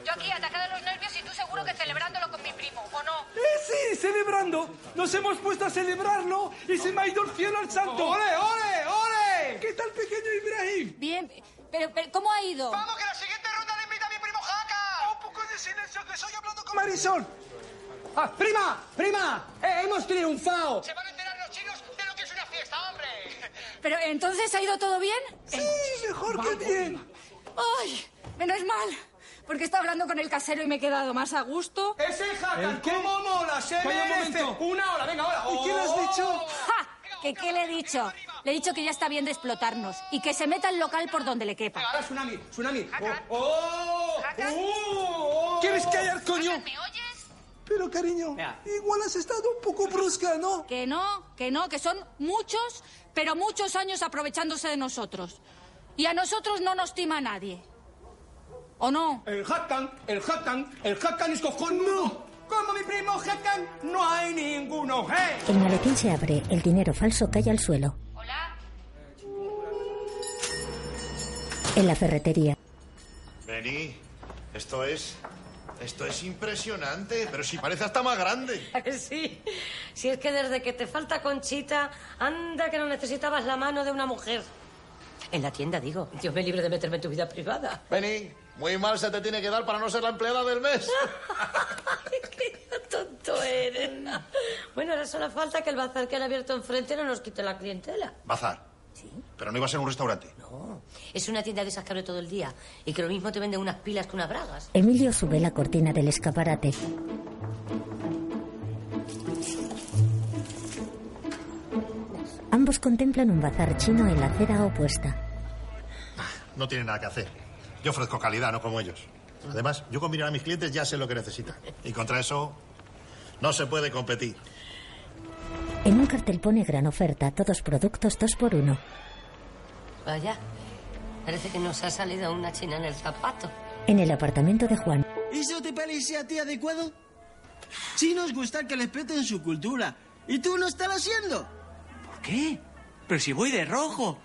[SPEAKER 24] Yo aquí atacada de los nervios y tú seguro que celebrándolo con mi primo, ¿o no?
[SPEAKER 16] ¡Eh, sí! ¡Celebrando! Nos hemos puesto a celebrarlo y se me ha ido el cielo al santo.
[SPEAKER 2] ¡Ole, ole, ole!
[SPEAKER 16] ¿Qué tal, pequeño Ibrahim?
[SPEAKER 24] Bien, pero, pero ¿cómo ha ido?
[SPEAKER 2] ¡Vamos, que la siguiente ronda le invita a mi primo Jaca! ¡Un poco de silencio, que soy hablando con...
[SPEAKER 16] Marisol.
[SPEAKER 14] Ah, ¡Prima! ¡Prima! Eh, ¡Hemos triunfado!
[SPEAKER 2] ¡Se van a enterar los chinos de lo que es una fiesta, hombre!
[SPEAKER 24] Pero entonces ha ido todo bien?
[SPEAKER 16] Sí, mejor que bien.
[SPEAKER 24] Ay, menos mal. Porque está hablando con el casero y me he quedado más a gusto.
[SPEAKER 2] ¡Ese Jaca!
[SPEAKER 16] ¿El qué?
[SPEAKER 2] ¡Cómo mola! ¡Se
[SPEAKER 16] Calla un
[SPEAKER 2] merece!
[SPEAKER 16] momento.
[SPEAKER 2] ¡Una hora, venga, Oh. ahora!
[SPEAKER 16] ¿Y qué le has dicho?
[SPEAKER 24] ¡Ja! ¿Que qué le he dicho? Le he dicho que ya está bien de explotarnos y que se meta al local por donde le quepa.
[SPEAKER 14] Ahora, tsunami, tsunami.
[SPEAKER 2] ¡Oh! ¡Oh!
[SPEAKER 16] ¿Quieres callar, coño?
[SPEAKER 24] ¿Me oyes?
[SPEAKER 16] Pero, cariño, igual has estado un poco brusca, ¿no?
[SPEAKER 24] Que no, que no, que son muchos, pero muchos años aprovechándose de nosotros. Y a nosotros no nos tima nadie. ¿O no?
[SPEAKER 16] El Hakan, el Hakan, el Hakan es cojonudo. Como mi primo Hakan, no hay ninguno. ¡Eh! ¡Hey!
[SPEAKER 1] El maletín se abre, el dinero falso cae al suelo. En la ferretería,
[SPEAKER 11] Vení, esto es. Esto es impresionante, pero si parece hasta más grande.
[SPEAKER 13] Sí. Si es que desde que te falta Conchita, anda que no necesitabas la mano de una mujer. En la tienda, digo. Dios me libre de meterme en tu vida privada.
[SPEAKER 11] Vení, muy mal se te tiene que dar para no ser la empleada del mes.
[SPEAKER 13] Tonto eres. Bueno, ahora solo falta que el bazar que han abierto enfrente no nos quite la clientela.
[SPEAKER 11] Bazar. Pero no iba a ser un restaurante.
[SPEAKER 13] Es una tienda de esas que abre todo el día y que lo mismo te venden unas pilas que unas bragas.
[SPEAKER 1] Emilio sube la cortina del escaparate. Ambos contemplan un bazar chino en la acera opuesta.
[SPEAKER 11] No tiene nada que hacer. Yo ofrezco calidad, no como ellos. Además, yo con mirar a mis clientes ya sé lo que necesitan. Y contra eso no se puede competir.
[SPEAKER 1] En un cartel pone gran oferta, todos productos 2x1.
[SPEAKER 13] Vaya, parece que nos ha salido una china en el zapato.
[SPEAKER 1] En el apartamento de Juan,
[SPEAKER 5] ¿Eso te parece a ti adecuado? Sí nos gusta que respeten su cultura. ¿Y tú no estás haciendo? ¿Por qué? Pero si voy de rojo.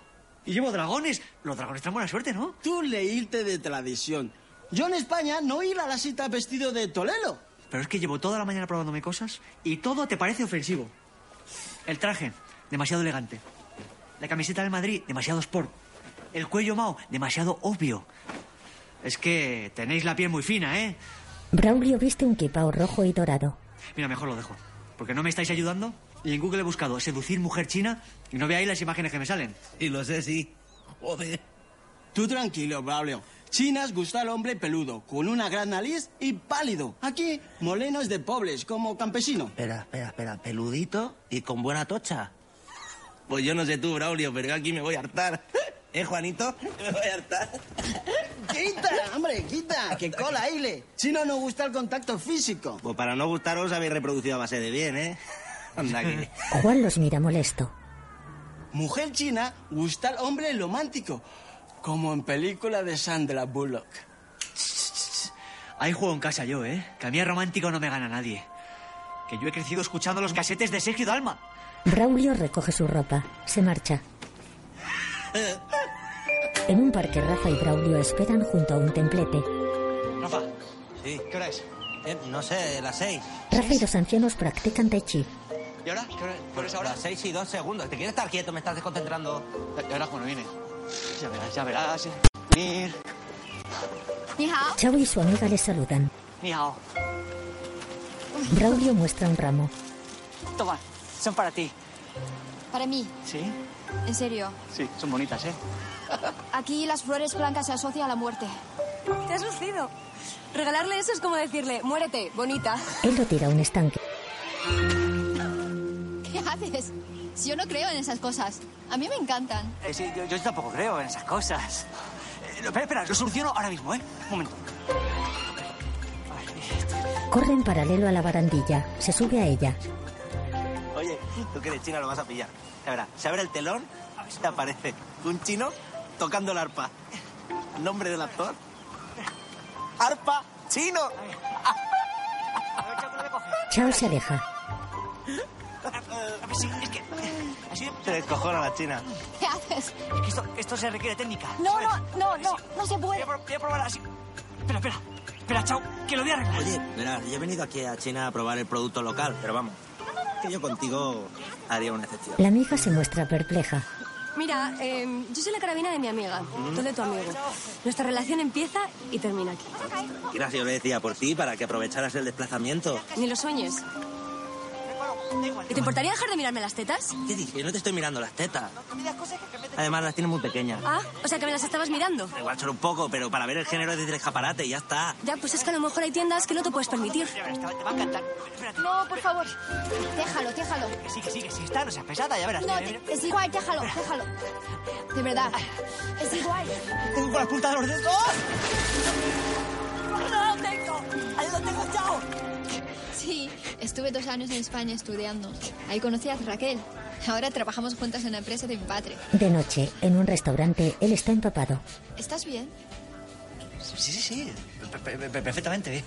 [SPEAKER 5] Y llevo dragones. Los dragones traen buena suerte, ¿no? Tú leíste de tradición. Yo en España no ir a la cita vestido de tolelo.
[SPEAKER 3] Pero es que llevo toda la mañana probándome cosas y todo te parece ofensivo. El traje, demasiado elegante. La camiseta del Madrid, demasiado sport. El cuello Mao, demasiado obvio. Es que tenéis la piel muy fina, ¿eh?
[SPEAKER 1] Braulio viste un kipao rojo y dorado.
[SPEAKER 3] Mira, mejor lo dejo. Porque no me estáis ayudando. Y en Google he buscado seducir mujer china y no veáis las imágenes que me salen.
[SPEAKER 5] Y lo sé, sí.
[SPEAKER 3] Joder.
[SPEAKER 5] Tú tranquilo, Braulio. Chinas gusta al hombre peludo, con una gran nariz y pálido. Aquí, molenos de pobres, como campesino.
[SPEAKER 6] Espera, espera, espera. Peludito y con buena tocha.
[SPEAKER 5] Pues yo no sé tú, Braulio, pero aquí me voy a hartar. ¿Eh, Juanito? Me voy a hartar. ¡Quita, hombre, quita! ¡Que cola, aire! Chino no gusta el contacto físico.
[SPEAKER 6] Pues para no gustaros habéis reproducido a base de bien, ¿eh? Anda aquí.
[SPEAKER 1] Juan los mira molesto.
[SPEAKER 5] Mujer china gusta al hombre romántico, como en película de Sandra Bullock.
[SPEAKER 3] Ahí juego en casa yo, ¿eh? Que a mí el romántico no me gana nadie. Que yo he crecido escuchando los casetes de Sergio Dalma.
[SPEAKER 1] Braulio recoge su ropa, se marcha. En un parque, Rafa y Braulio esperan junto a un templete.
[SPEAKER 3] Rafa,
[SPEAKER 6] Sí.
[SPEAKER 3] ¿qué hora es?
[SPEAKER 6] Eh, no sé, las seis.
[SPEAKER 1] Rafa y los ancianos practican tai chi.
[SPEAKER 3] ¿Y ahora? ¿Qué hora es? ¿Por esa hora?
[SPEAKER 6] Las seis y dos segundos. ¿Te quieres estar quieto? Me estás desconcentrando.
[SPEAKER 3] Y ahora cuando viene. Ya verás, eh. ya verás.
[SPEAKER 1] Chao y su amiga les saludan.
[SPEAKER 3] Miao,
[SPEAKER 1] Braulio muestra un ramo.
[SPEAKER 3] toma, son para ti.
[SPEAKER 21] Para mí,
[SPEAKER 3] ¿Sí?
[SPEAKER 21] en serio.
[SPEAKER 3] Sí, son bonitas, ¿eh?
[SPEAKER 21] Aquí las flores blancas se asocian a la muerte.
[SPEAKER 13] Te has lucido. Regalarle eso es como decirle, muérete, bonita.
[SPEAKER 1] Él lo tira a un estanque.
[SPEAKER 21] ¿Qué haces? Si yo no creo en esas cosas. A mí me encantan.
[SPEAKER 3] Eh, sí, yo, yo tampoco creo en esas cosas. Eh, lo- espera, espera, lo soluciono ahora mismo, ¿eh? Un momento.
[SPEAKER 1] Corre en paralelo a la barandilla. Se sube a ella.
[SPEAKER 6] Oye, tú que eres chino lo vas a pillar. La verdad, se abre el telón, te aparece un chino tocando el arpa. ¿Nombre del actor? ¡Arpa chino!
[SPEAKER 1] Chao se aleja.
[SPEAKER 3] Sí, es que. Así se descojona la china.
[SPEAKER 21] ¿Qué haces?
[SPEAKER 3] Es que esto, esto se requiere técnica.
[SPEAKER 21] No, no, no, no, no se puede.
[SPEAKER 3] Voy a probar así. Espera, espera. Espera, chao, que lo voy a arreglar.
[SPEAKER 6] Oye, verás, yo he venido aquí a China a probar el producto local, pero vamos, que yo contigo haría una excepción.
[SPEAKER 1] La amiga se muestra perpleja.
[SPEAKER 13] Mira, eh, yo soy la carabina de mi amiga, tú de tu amigo. Nuestra relación empieza y termina aquí.
[SPEAKER 6] Mira, si yo le decía por ti para que aprovecharas el desplazamiento.
[SPEAKER 13] Ni lo sueñes. ¿Y te importaría dejar de mirarme las tetas?
[SPEAKER 6] ¿Qué dije? Yo no te estoy mirando las tetas. Además, las tienes muy pequeñas.
[SPEAKER 13] Ah, o sea que me las estabas mirando.
[SPEAKER 6] Da Igual solo un poco, pero para ver el género desde el escaparate y ya está.
[SPEAKER 13] Ya, pues es que a lo mejor hay tiendas que no te puedes permitir.
[SPEAKER 21] No, por favor. Déjalo, déjalo.
[SPEAKER 3] Sí, que sí, que sí, está, no seas pesada, ya verás.
[SPEAKER 21] No, te- es igual, déjalo, déjalo. De verdad. Es igual.
[SPEAKER 3] Tengo con las puntas de los dedos.
[SPEAKER 21] ¡No lo tengo! ¡Ahí lo tengo, chao! Sí, estuve dos años en España estudiando. Ahí conocí a Raquel. Ahora trabajamos juntas en la empresa de mi padre.
[SPEAKER 1] De noche, en un restaurante, él está empapado.
[SPEAKER 21] ¿Estás bien?
[SPEAKER 3] Sí, sí, sí. pe- pe- pe- Perfectamente.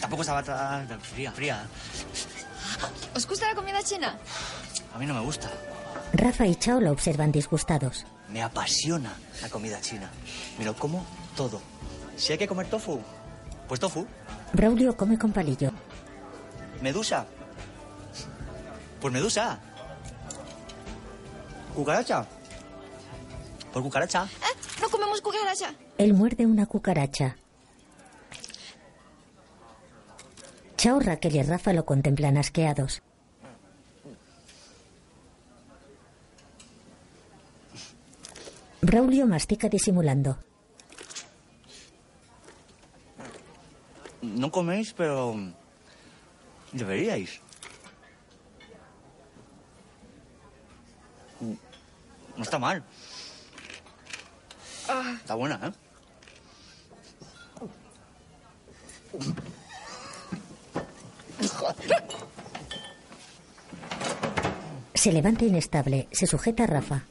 [SPEAKER 3] Tampoco estaba tan fría, fría.
[SPEAKER 21] ¿Os gusta la comida china?
[SPEAKER 3] A mí no me gusta.
[SPEAKER 1] Rafa y Chao lo observan disgustados.
[SPEAKER 3] Me apasiona la comida china. Me lo como todo. Si hay que comer tofu, pues tofu.
[SPEAKER 1] Braulio come con palillo.
[SPEAKER 3] Medusa. Pues medusa. Cucaracha. Pues cucaracha.
[SPEAKER 21] No comemos cucaracha.
[SPEAKER 1] Él muerde una cucaracha. Chao, Raquel y Rafa lo contemplan asqueados. Braulio mastica disimulando.
[SPEAKER 3] No coméis, pero deberíais. Mm. No está mal. Está buena, ¿eh?
[SPEAKER 1] Se levanta inestable, se sujeta a Rafa.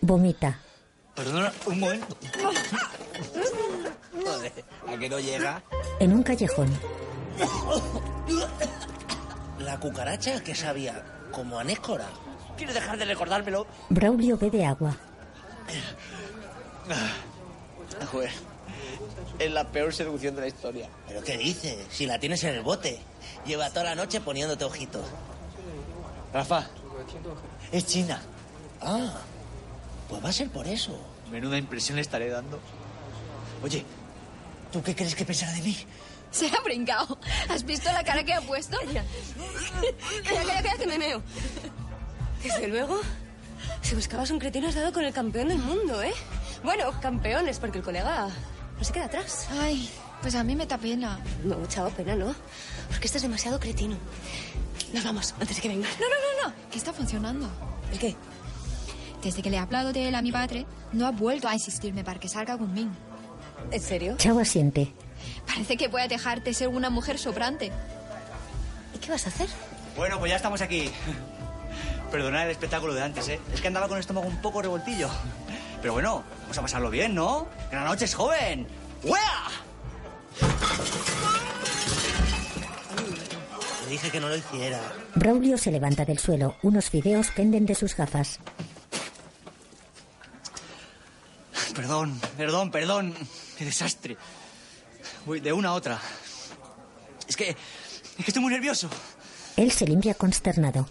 [SPEAKER 1] Vomita.
[SPEAKER 3] Perdona, un momento.
[SPEAKER 6] Joder, a que no llega.
[SPEAKER 1] En un callejón,
[SPEAKER 25] La cucaracha que sabía como anécora. ¿Quieres dejar de recordármelo?
[SPEAKER 1] Braulio bebe agua.
[SPEAKER 25] Ah, Joder. Es la peor seducción de la historia. ¿Pero qué dices? Si la tienes en el bote. Lleva toda la noche poniéndote ojitos.
[SPEAKER 3] Rafa, es china.
[SPEAKER 25] Ah, pues va a ser por eso.
[SPEAKER 3] Menuda impresión le estaré dando. Oye, ¿tú qué crees que pensará de mí?
[SPEAKER 21] Se ha brincado. ¿Has visto la cara que ha puesto?
[SPEAKER 13] Calla, calla, calla, que me meo. Desde luego, si buscabas un cretino has dado con el campeón del mundo, ¿eh? Bueno, campeones, porque el colega no se queda atrás.
[SPEAKER 21] Ay, pues a mí me da pena.
[SPEAKER 13] No, chao, pena no, porque estás demasiado cretino. Nos vamos, antes de que venga.
[SPEAKER 21] No, no, no, no. ¿Qué está funcionando?
[SPEAKER 13] ¿El qué?
[SPEAKER 21] Desde que le he hablado de él a mi padre, no ha vuelto a insistirme para que salga conmigo.
[SPEAKER 13] ¿En serio?
[SPEAKER 1] Chao asiente.
[SPEAKER 21] Parece que voy a dejar de ser una mujer sobrante.
[SPEAKER 13] ¿Y qué vas a hacer?
[SPEAKER 3] Bueno, pues ya estamos aquí. Perdonad el espectáculo de antes, ¿eh? Es que andaba con el estómago un poco revoltillo. Pero bueno, vamos a pasarlo bien, ¿no? Que la noche es joven. ¡Wea!
[SPEAKER 25] Te dije que no lo hiciera.
[SPEAKER 1] Braulio se levanta del suelo. Unos fideos penden de sus gafas.
[SPEAKER 3] Perdón, perdón, perdón. Qué desastre. Voy de una a otra. Es que. Es que estoy muy nervioso.
[SPEAKER 1] Él se limpia consternado.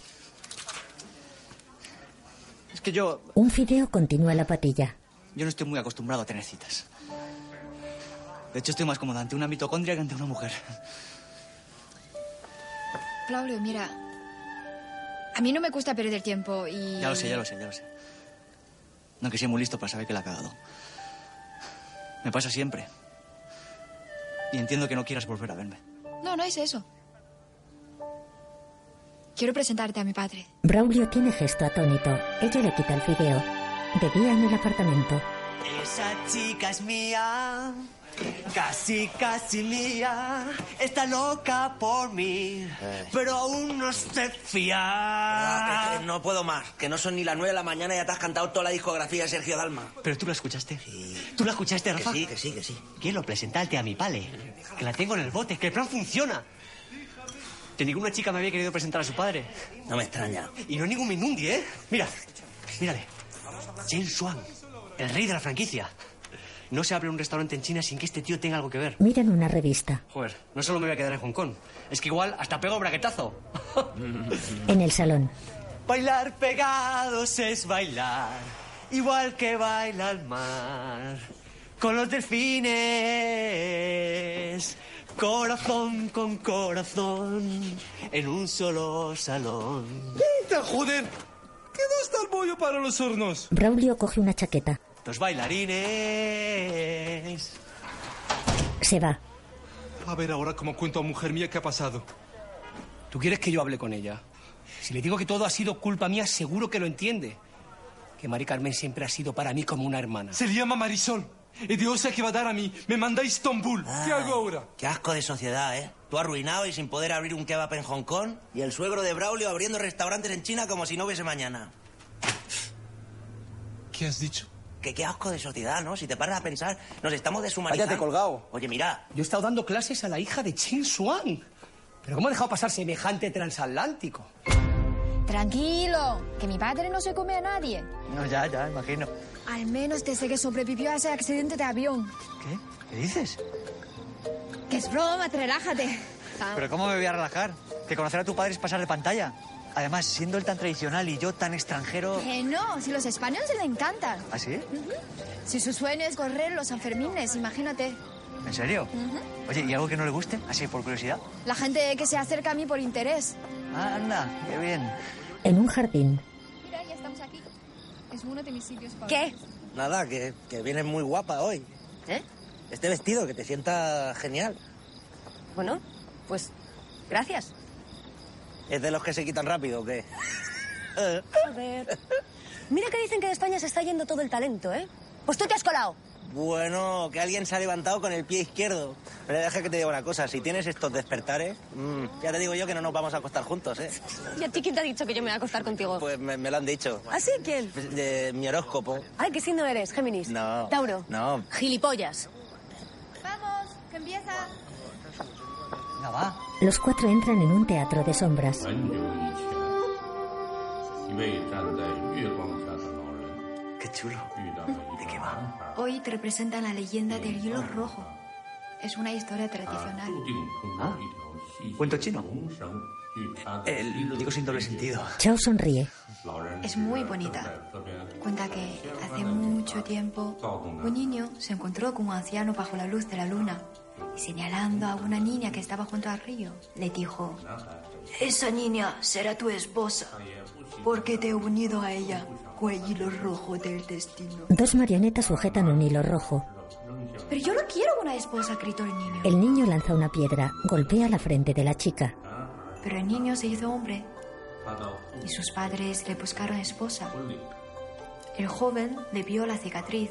[SPEAKER 3] Es que yo,
[SPEAKER 1] Un fideo continúa la patilla.
[SPEAKER 3] yo no estoy muy acostumbrado a tener citas. De hecho, estoy más cómodo ante una mitocondria que ante una mujer.
[SPEAKER 21] Claudio, mira. A mí no me gusta perder tiempo y.
[SPEAKER 3] Ya lo sé, ya lo sé, ya lo sé. No que sea muy listo para saber que la ha cagado. Me pasa siempre. Y entiendo que no quieras volver a verme.
[SPEAKER 21] No, no es eso. Quiero presentarte a mi padre.
[SPEAKER 1] Braulio tiene gesto atónito. Ella le quita el fideo. De día en el apartamento.
[SPEAKER 26] Esa chica es mía, casi, casi mía. Está loca por mí, pero aún no se fía.
[SPEAKER 6] Ah, que- que No puedo más, que no son ni las nueve de la mañana y ya te has cantado toda la discografía de Sergio Dalma.
[SPEAKER 3] Pero tú la escuchaste. ¿Tú la escuchaste, Rafa? sí, que sí, que sí. Quiero presentarte a mi pale. Que la tengo en el bote, que el plan funciona. Que ninguna chica me había querido presentar a su padre. No me extraña. Y no ningún minundi, ¿eh? Mira, mírale. James Swan, el rey de la franquicia. No se abre un restaurante en China sin que este tío tenga algo que ver.
[SPEAKER 1] Miran una revista.
[SPEAKER 3] Joder, no solo me voy a quedar en Hong Kong. Es que igual hasta pego braguetazo.
[SPEAKER 1] En el salón.
[SPEAKER 26] Bailar pegados es bailar, igual que baila el mar. Con los delfines, corazón con corazón, en un solo salón.
[SPEAKER 14] ¡Quita, joder! ¿Qué no está el bollo para los hornos?
[SPEAKER 1] Braulio coge una chaqueta.
[SPEAKER 3] Los bailarines.
[SPEAKER 1] Se va.
[SPEAKER 14] A ver ahora cómo cuento a mujer mía qué ha pasado.
[SPEAKER 3] ¿Tú quieres que yo hable con ella? Si le digo que todo ha sido culpa mía, seguro que lo entiende. Que Mari Carmen siempre ha sido para mí como una hermana.
[SPEAKER 14] Se le llama Marisol. Y diosa que va a dar a mí. Me manda a Estambul. ¿Qué hago ahora?
[SPEAKER 6] Ah, Qué asco de sociedad, ¿eh? Tú arruinado y sin poder abrir un kebab en Hong Kong y el suegro de Braulio abriendo restaurantes en China como si no hubiese mañana.
[SPEAKER 14] ¿Qué has dicho?
[SPEAKER 6] Que qué asco de sociedad, ¿no? Si te paras a pensar, nos estamos deshumanizando.
[SPEAKER 3] Cállate,
[SPEAKER 6] colgado. Oye, mira,
[SPEAKER 3] Yo he estado dando clases a la hija de Chin Suan. ¿Pero cómo ha dejado pasar semejante transatlántico?
[SPEAKER 21] Tranquilo, que mi padre no se come a nadie.
[SPEAKER 3] No, ya, ya, imagino.
[SPEAKER 21] Al menos desde que sobrevivió a ese accidente de avión.
[SPEAKER 3] ¿Qué dices?
[SPEAKER 21] Que es broma, relájate.
[SPEAKER 3] ¿Pero cómo me voy a relajar? Que conocer a tu padre es pasar de pantalla. Además, siendo él tan tradicional y yo tan extranjero...
[SPEAKER 21] Que no, si los españoles les encantan.
[SPEAKER 3] ¿Ah, sí?
[SPEAKER 21] Si su sueño es correr los Sanfermines, imagínate.
[SPEAKER 3] ¿En serio?
[SPEAKER 21] Ujú.
[SPEAKER 3] Oye, ¿y algo que no le guste? Así, por curiosidad.
[SPEAKER 21] La gente que se acerca a mí por interés.
[SPEAKER 3] Ah, anda, qué bien.
[SPEAKER 1] En un jardín.
[SPEAKER 21] Mira, ya estamos aquí. Es uno de mis sitios
[SPEAKER 13] ¿Qué?
[SPEAKER 6] nada, que, que vienes muy guapa hoy.
[SPEAKER 13] ¿Eh?
[SPEAKER 6] Este vestido, que te sienta genial.
[SPEAKER 13] Bueno, pues gracias.
[SPEAKER 6] ¿Es de los que se quitan rápido o qué?
[SPEAKER 13] Joder. Mira que dicen que de España se está yendo todo el talento, ¿eh? Pues tú te has colado.
[SPEAKER 6] Bueno, que alguien se ha levantado con el pie izquierdo. Pero deja que te diga una cosa, si tienes estos despertares, mm, ya te digo yo que no nos vamos a acostar juntos, ¿eh?
[SPEAKER 13] ¿Y a ti quién te ha dicho que yo me voy a acostar contigo?
[SPEAKER 6] Pues me, me lo han dicho.
[SPEAKER 13] ¿Ah, sí? ¿Quién?
[SPEAKER 6] Pues, De mi horóscopo.
[SPEAKER 13] Ay, ¿qué signo eres? Géminis.
[SPEAKER 6] No.
[SPEAKER 13] Tauro.
[SPEAKER 6] No.
[SPEAKER 13] Gilipollas.
[SPEAKER 21] Vamos, que empieza.
[SPEAKER 1] Los cuatro entran en un teatro de sombras.
[SPEAKER 2] 很久以前，一位站在月光下的老人，遇到了一个男孩，
[SPEAKER 21] Hoy te representan la leyenda del hilo rojo. Es una historia tradicional.
[SPEAKER 2] 注定通过一条细细
[SPEAKER 3] Cuento
[SPEAKER 2] 的
[SPEAKER 3] chino.
[SPEAKER 2] 红绳去插在
[SPEAKER 3] El digo sin doble sentido.
[SPEAKER 1] Chao sonríe.
[SPEAKER 2] 老人
[SPEAKER 21] Es muy bonita.
[SPEAKER 2] 这边
[SPEAKER 21] Cuenta que hace mucho tiempo
[SPEAKER 2] 躁动的
[SPEAKER 21] un niño se encontró con un anciano bajo la luz de la luna y señalando a una niña que estaba junto al río, le dijo,
[SPEAKER 2] 男孩，
[SPEAKER 21] esa niña será tu esposa porque te he unido a ella con el hilo rojo del destino.
[SPEAKER 1] Dos marionetas sujetan un hilo rojo.
[SPEAKER 21] Pero yo no quiero una esposa, gritó el niño.
[SPEAKER 1] El niño lanza una piedra, golpea la frente de la chica.
[SPEAKER 21] Pero el niño se hizo hombre
[SPEAKER 2] 他到
[SPEAKER 21] y sus padres le buscaron esposa. El joven le vio la cicatriz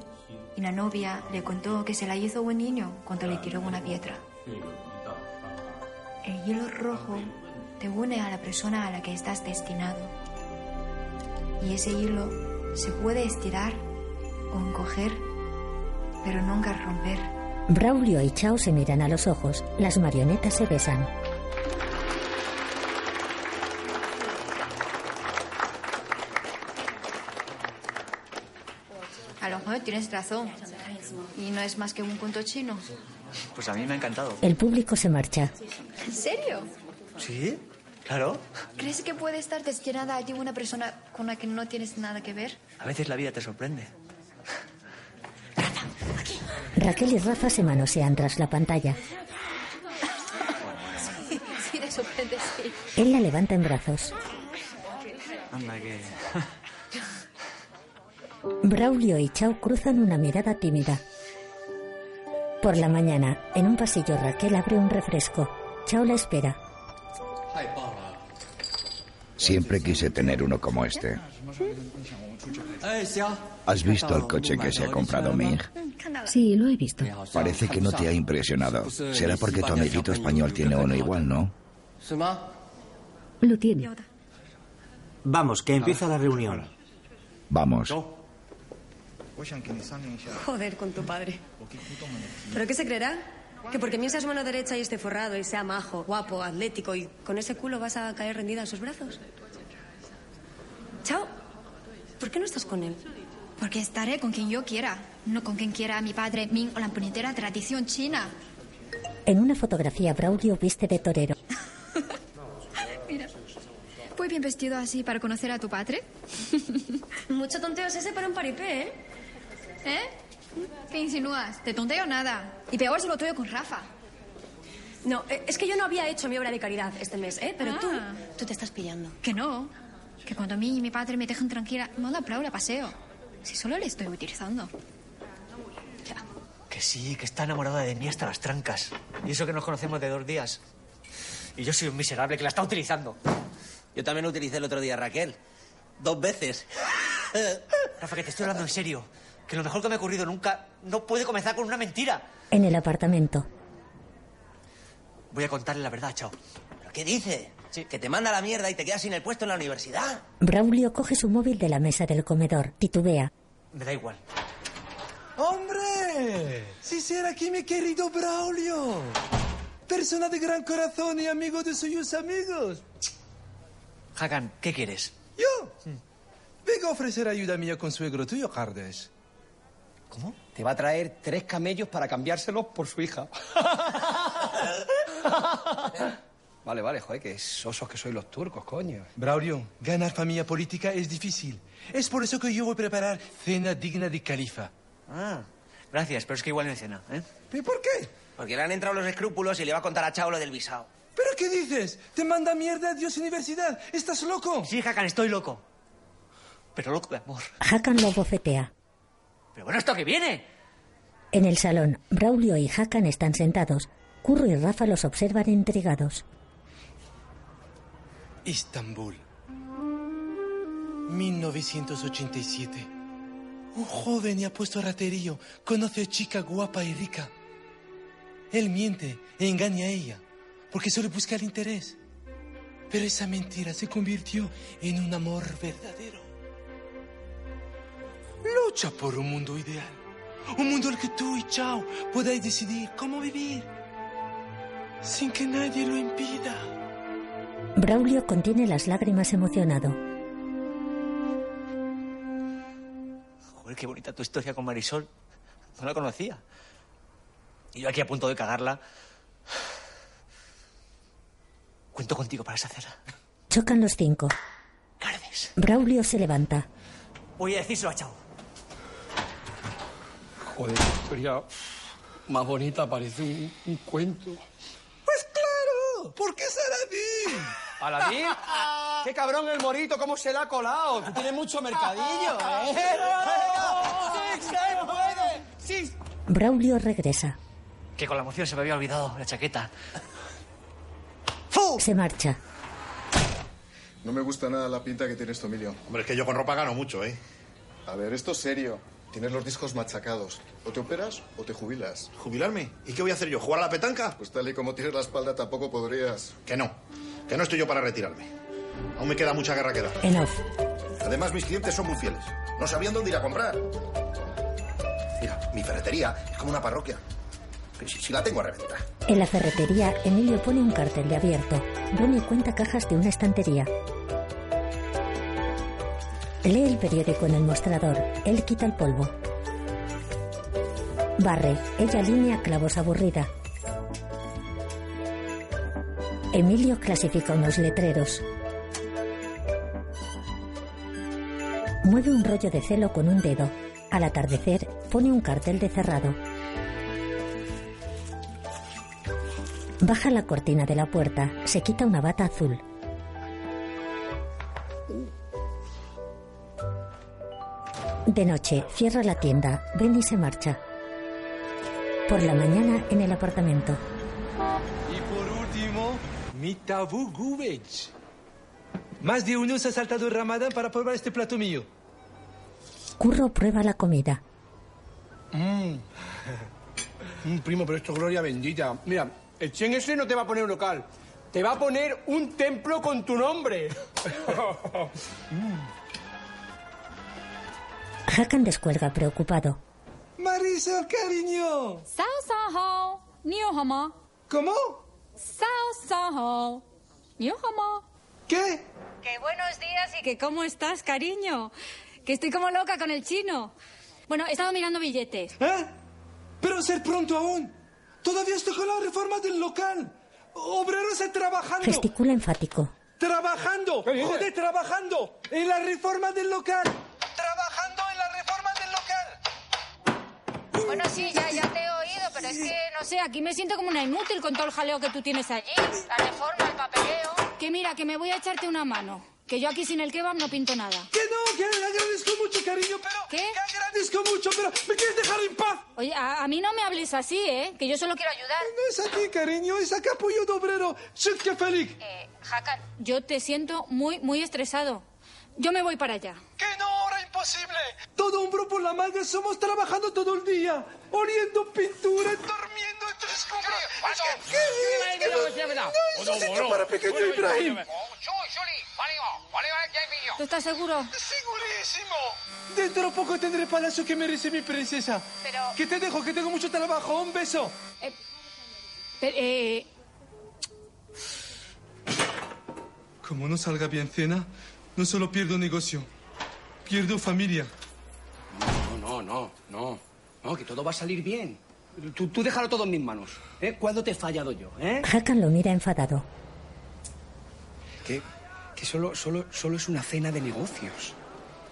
[SPEAKER 21] y la novia le contó que se la hizo un niño cuando le tiró una piedra.
[SPEAKER 2] 却有一道伤疤。
[SPEAKER 21] El hilo rojo te une a la persona a la que estás destinado. Y ese hilo se puede estirar o encoger, pero nunca romper.
[SPEAKER 1] Braulio y Chao se miran a los ojos. Las marionetas se besan.
[SPEAKER 21] A lo mejor tienes razón. Y no es más que un cuento chino.
[SPEAKER 3] Pues a mí me ha encantado.
[SPEAKER 1] El público se marcha.
[SPEAKER 21] ¿En serio?
[SPEAKER 3] ¿Sí? Claro.
[SPEAKER 21] ¿Crees que puede estar destinada a ti una persona con la que no tienes nada que ver?
[SPEAKER 3] A veces la vida te sorprende.
[SPEAKER 1] Raquel y Rafa se manosean tras la pantalla.
[SPEAKER 13] Sí, sí, de sorprende, sí.
[SPEAKER 1] Él la levanta en brazos.
[SPEAKER 3] Anda que.
[SPEAKER 1] Braulio y Chao cruzan una mirada tímida. Por la mañana, en un pasillo, Raquel abre un refresco. Chao la espera.
[SPEAKER 22] Siempre quise tener uno como este. ¿Has visto el coche que se ha comprado Ming?
[SPEAKER 27] Sí, lo he visto.
[SPEAKER 22] Parece que no te ha impresionado. Será porque tu amiguito español tiene uno igual, ¿no?
[SPEAKER 27] Lo tiene.
[SPEAKER 28] Vamos, que empieza la reunión.
[SPEAKER 22] Vamos.
[SPEAKER 13] Joder con tu padre. ¿Pero qué se creerá? Que porque mí seas mano derecha y esté forrado y sea majo, guapo, atlético y con ese culo vas a caer rendida a sus brazos. Chao. ¿Por qué no estás con él?
[SPEAKER 21] Porque estaré con quien yo quiera, no con quien quiera mi padre, Ming o la puñetera tradición china.
[SPEAKER 1] En una fotografía, Braulio viste de torero.
[SPEAKER 21] Mira, ¿voy bien vestido así para conocer a tu padre?
[SPEAKER 13] Mucho tonteo es ese para un paripé, ¿eh?
[SPEAKER 21] ¿Eh? ¿Qué insinúas? Te tonteo nada. Y peor si lo tuyo con Rafa.
[SPEAKER 13] No, eh, es que yo no había hecho mi obra de caridad este mes, ¿eh? Pero tú,
[SPEAKER 21] Ah.
[SPEAKER 13] tú te estás pillando.
[SPEAKER 21] Que no. Que cuando a mí y mi padre me dejan tranquila, no la Braulio paseo. Si solo le estoy utilizando.
[SPEAKER 3] Que sí, que está enamorada de mí hasta las trancas. Y eso que nos conocemos de dos días. Y yo soy un miserable que la está utilizando.
[SPEAKER 6] Yo también lo utilicé el otro día, Raquel. Dos veces.
[SPEAKER 3] Rafa, que te estoy hablando en serio. Que lo mejor que me ha ocurrido nunca no puede comenzar con una mentira.
[SPEAKER 1] En el apartamento,
[SPEAKER 3] Voy a contarle la verdad, chao.
[SPEAKER 6] ¿Pero qué dice? Que te manda a la mierda y te quedas sin el puesto en la universidad.
[SPEAKER 1] Braulio coge su móvil de la mesa del comedor, titubea.
[SPEAKER 3] Me da igual.
[SPEAKER 15] ¡Hombre! Si será aquí mi querido Braulio. Persona de gran corazón y amigo de sus amigos.
[SPEAKER 3] Hakan, ¿qué quieres?
[SPEAKER 15] Yo. Vengo a ofrecer ayuda mía con suegro tuyo, Cardes.
[SPEAKER 3] ¿Cómo?
[SPEAKER 14] Te va a traer tres camellos para cambiárselos por su hija. Vale, vale, joder, que sosos que sois los turcos, coño.
[SPEAKER 15] Braulio, ganar familia política es difícil. Es por eso que yo voy a preparar cena digna de califa.
[SPEAKER 3] Ah, gracias, pero es que igual no hay cena, ¿eh?
[SPEAKER 15] ¿Y por qué?
[SPEAKER 6] Porque le han entrado los escrúpulos y le va a contar a Chao lo del visado.
[SPEAKER 15] ¿Pero qué dices? ¿Te manda mierda a Dios Universidad? ¿Estás loco?
[SPEAKER 3] Sí, Hakan, estoy loco. Pero loco de amor.
[SPEAKER 1] Hakan lo bofetea.
[SPEAKER 3] Pero bueno, ¿esto que viene?
[SPEAKER 1] En el salón, Braulio y Hakan están sentados. Curro y Rafa los observan intrigados.
[SPEAKER 15] Estambul. 1987. Un joven y apuesto raterío conoce a chica guapa y rica. Él miente e engaña a ella porque solo busca el interés. Pero esa mentira se convirtió en un amor verdadero. Lucha por un mundo ideal. Un mundo en el que tú y Chao podáis decidir cómo vivir sin que nadie lo impida.
[SPEAKER 1] Braulio contiene las lágrimas emocionado.
[SPEAKER 3] Joder, qué bonita tu historia con Marisol. No la conocía. Y yo aquí a punto de cagarla. Cuento contigo para esa cena.
[SPEAKER 1] Chocan los cinco. Braulio se levanta.
[SPEAKER 3] Voy a decírselo a Chao.
[SPEAKER 29] Joder, qué historia más bonita, parece un, un cuento.
[SPEAKER 15] Pues claro, porque es Aladín.
[SPEAKER 14] ¿Aladín? ¡Qué cabrón el morito! ¿Cómo se la ha colado? Tú tienes mucho mercadillo, ¿eh?
[SPEAKER 30] ¡Sí, se puede!
[SPEAKER 14] ¡Sí!
[SPEAKER 1] Braulio regresa.
[SPEAKER 3] Que con la emoción se me había olvidado la chaqueta.
[SPEAKER 1] Se marcha.
[SPEAKER 31] No me gusta nada la pinta que tienes, Tomilio.
[SPEAKER 11] Hombre, es que yo con ropa gano mucho, ¿eh?
[SPEAKER 31] A ver, esto es serio. Tienes los discos machacados. O te operas o te jubilas.
[SPEAKER 11] ¿Jubilarme? ¿Y qué voy a hacer yo? ¿Jugar a la petanca?
[SPEAKER 31] Pues tal y como tienes la espalda tampoco podrías.
[SPEAKER 11] Que no. Que no estoy yo para retirarme. Aún me queda mucha guerra que dar.
[SPEAKER 1] En off.
[SPEAKER 11] Además, mis clientes son muy fieles. No sabían dónde ir a comprar. Mira, mi ferretería es como una parroquia. Que Si, si la tengo a reventar.
[SPEAKER 1] En la ferretería, Emilio pone un cartel de abierto. Johnny cuenta cajas de una estantería. Lee el periódico en el mostrador. Él quita el polvo. Barre. Ella línea clavos aburrida. Emilio clasifica unos letreros. Mueve un rollo de celo con un dedo. Al atardecer, pone un cartel de cerrado. Baja la cortina de la puerta, se quita una bata azul. De noche, cierra la tienda, Benny se marcha. Por la mañana, en el apartamento.
[SPEAKER 14] Y por último, mi tabú gubech. Más de uno se ha saltado el ramadán para probar este plato mío.
[SPEAKER 1] Curro prueba la comida.
[SPEAKER 14] Mm. Mm, primo, pero esto es gloria bendita. Mira, el Chen ese no te va a poner un local. Te va a poner un templo con tu nombre.
[SPEAKER 1] Hakan descuelga preocupado.
[SPEAKER 14] Marisol, cariño.
[SPEAKER 24] Sao Saho, Niu Homo.
[SPEAKER 14] ¿Cómo?
[SPEAKER 24] Sao Saho, Niu Homo.
[SPEAKER 14] ¿Qué?
[SPEAKER 24] Que buenos días y que cómo estás, cariño. Que estoy como loca con el chino. Bueno, he estado mirando billetes.
[SPEAKER 14] ¿Eh? Pero ser pronto aún. Todavía estoy con la reforma del local. Obreros están trabajando.
[SPEAKER 1] Gesticula enfático.
[SPEAKER 14] Trabajando. Joder, trabajando. En la reforma del local. Trabajando en la reforma del local.
[SPEAKER 24] Bueno, sí, ya, ya te he oído, pero es que, no sé, aquí me siento como una inútil con todo el jaleo que tú tienes allí. La reforma, el papeleo. Que mira, que me voy a echarte una mano. Que yo aquí sin el kebab no pinto nada.
[SPEAKER 14] Que no, que agradezco mucho, cariño, pero...
[SPEAKER 24] ¿Qué?
[SPEAKER 14] Que agradezco mucho, pero me quieres dejar en paz.
[SPEAKER 24] Oye, a, a mí no me hables así, ¿eh? Que yo solo quiero ayudar.
[SPEAKER 14] No es a ti, cariño, es a Capullo de Obrero. que Félix.
[SPEAKER 24] Eh, Hakan, yo te siento muy, muy estresado. Yo me voy para allá.
[SPEAKER 14] ¡Que no, ahora imposible! Todo hombro por la manga, somos trabajando todo el día, oliendo pintura, durmiendo en tres cumbres. ¿Qué? ¿Qué? ¿Qué? No, eso sitio para pequeño Ibrahim.
[SPEAKER 24] ¿Tú estás seguro?
[SPEAKER 14] ¡Segurísimo! Dentro poco tendré palacio que merece mi princesa.
[SPEAKER 24] Pero...
[SPEAKER 14] Que te dejo, que tengo mucho trabajo. Un beso.
[SPEAKER 24] Pero, eh,
[SPEAKER 14] Como no salga bien cena, no solo pierdo negocio, pierdo familia. No, no, no, no. No, que todo va a salir bien. Tú, tú déjalo todo en mis manos. ¿eh? ¿Cuándo te he fallado yo? ¿eh?
[SPEAKER 1] Hakan lo mira enfadado.
[SPEAKER 14] Que, que solo, solo, solo es una cena de negocios.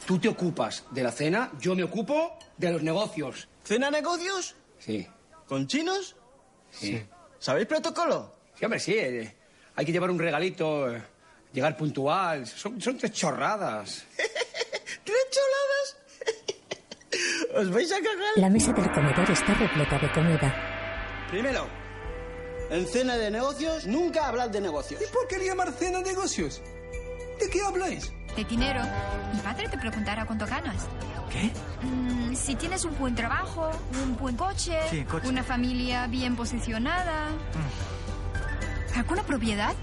[SPEAKER 14] Tú te ocupas de la cena, yo me ocupo de los negocios.
[SPEAKER 5] ¿Cena negocios?
[SPEAKER 14] Sí.
[SPEAKER 5] ¿Con chinos?
[SPEAKER 14] Sí.
[SPEAKER 5] ¿Sabéis protocolo?
[SPEAKER 14] Sí, hombre, sí. eh, hay que llevar un regalito, eh, llegar puntual. Son, son tres chorradas.
[SPEAKER 5] ¿Tres choladas? ¿Os vais a cagar?
[SPEAKER 1] La mesa del comedor está repleta de comida.
[SPEAKER 5] Primero, en cena de negocios nunca hablad de negocios.
[SPEAKER 14] ¿Y por qué llamar cena negocios? ¿De qué habláis?
[SPEAKER 32] De dinero. Mi padre te preguntará cuánto ganas.
[SPEAKER 14] ¿Qué?
[SPEAKER 32] Mm, si tienes un buen trabajo, un buen coche,
[SPEAKER 33] Sí, coche.
[SPEAKER 32] una familia bien posicionada.
[SPEAKER 33] Mm.
[SPEAKER 32] ¿Alguna propiedad?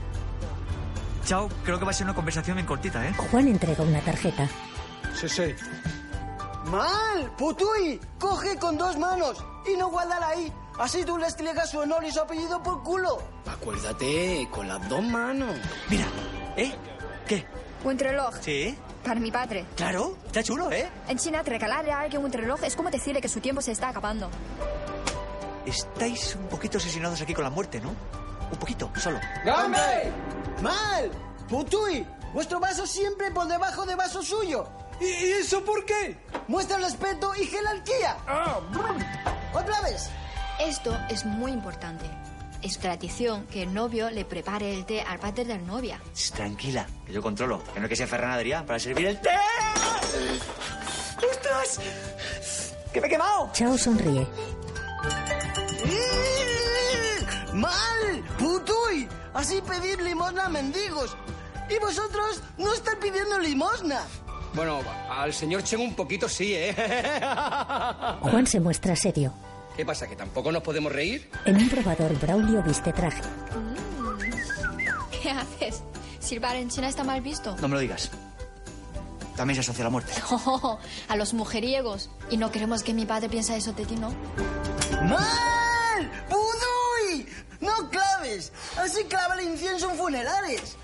[SPEAKER 33] Chao, creo que va a ser una conversación bien cortita, ¿eh?
[SPEAKER 1] Juan entrega una tarjeta.
[SPEAKER 14] Sí, sí.
[SPEAKER 5] ¡Mal! ¡Putui! Coge con dos manos y no guardala ahí. Así tú les triegas su honor y su apellido por culo.
[SPEAKER 34] Acuérdate, con las dos manos.
[SPEAKER 5] Mira.
[SPEAKER 34] ¿Eh? ¿Qué?
[SPEAKER 32] Un reloj.
[SPEAKER 34] ¿Sí?
[SPEAKER 32] Para mi padre.
[SPEAKER 34] Claro, está chulo, ¿eh?
[SPEAKER 32] En China, regalarle a alguien un reloj es como decirle que su tiempo se está acabando.
[SPEAKER 33] Estáis un poquito obsesionados aquí con la muerte, ¿no? Un poquito, solo.
[SPEAKER 5] ¡Gambe! ¡Mal! ¡Putui! Vuestro vaso siempre por debajo de vaso suyo.
[SPEAKER 14] ¿Y eso por qué? Ah.
[SPEAKER 5] Muestra respeto y jerarquía. ¡Otra vez!
[SPEAKER 21] Esto es muy importante. Es tradición que el novio le prepare el té al padre de la novia.
[SPEAKER 33] Shh, Tranquila, que yo controlo. Que no hay que ser ferranadería para servir el té.
[SPEAKER 5] ¡Ostras! ¡Que me he quemado!
[SPEAKER 1] Chao sonríe.
[SPEAKER 5] ¡Mal! ¡Putuy! Así pedir limosna a mendigos. Y vosotros no estáis pidiendo limosna.
[SPEAKER 14] Bueno, al señor Chen un poquito sí, ¿eh?
[SPEAKER 1] Juan se muestra serio.
[SPEAKER 14] ¿Qué pasa? ¿Que tampoco nos podemos reír?
[SPEAKER 1] En un probador, Braulio viste traje.
[SPEAKER 32] Mm.
[SPEAKER 21] ¿Qué haces? Silbar en China está mal visto.
[SPEAKER 33] No me lo digas. También se asocia a la muerte.
[SPEAKER 32] Oh, a los mujeriegos. Y no queremos que mi padre piense eso de ti, ¿no? ¡Mal!
[SPEAKER 5] ¡Putuy! ¡No claves! Así clava el incienso en funerales.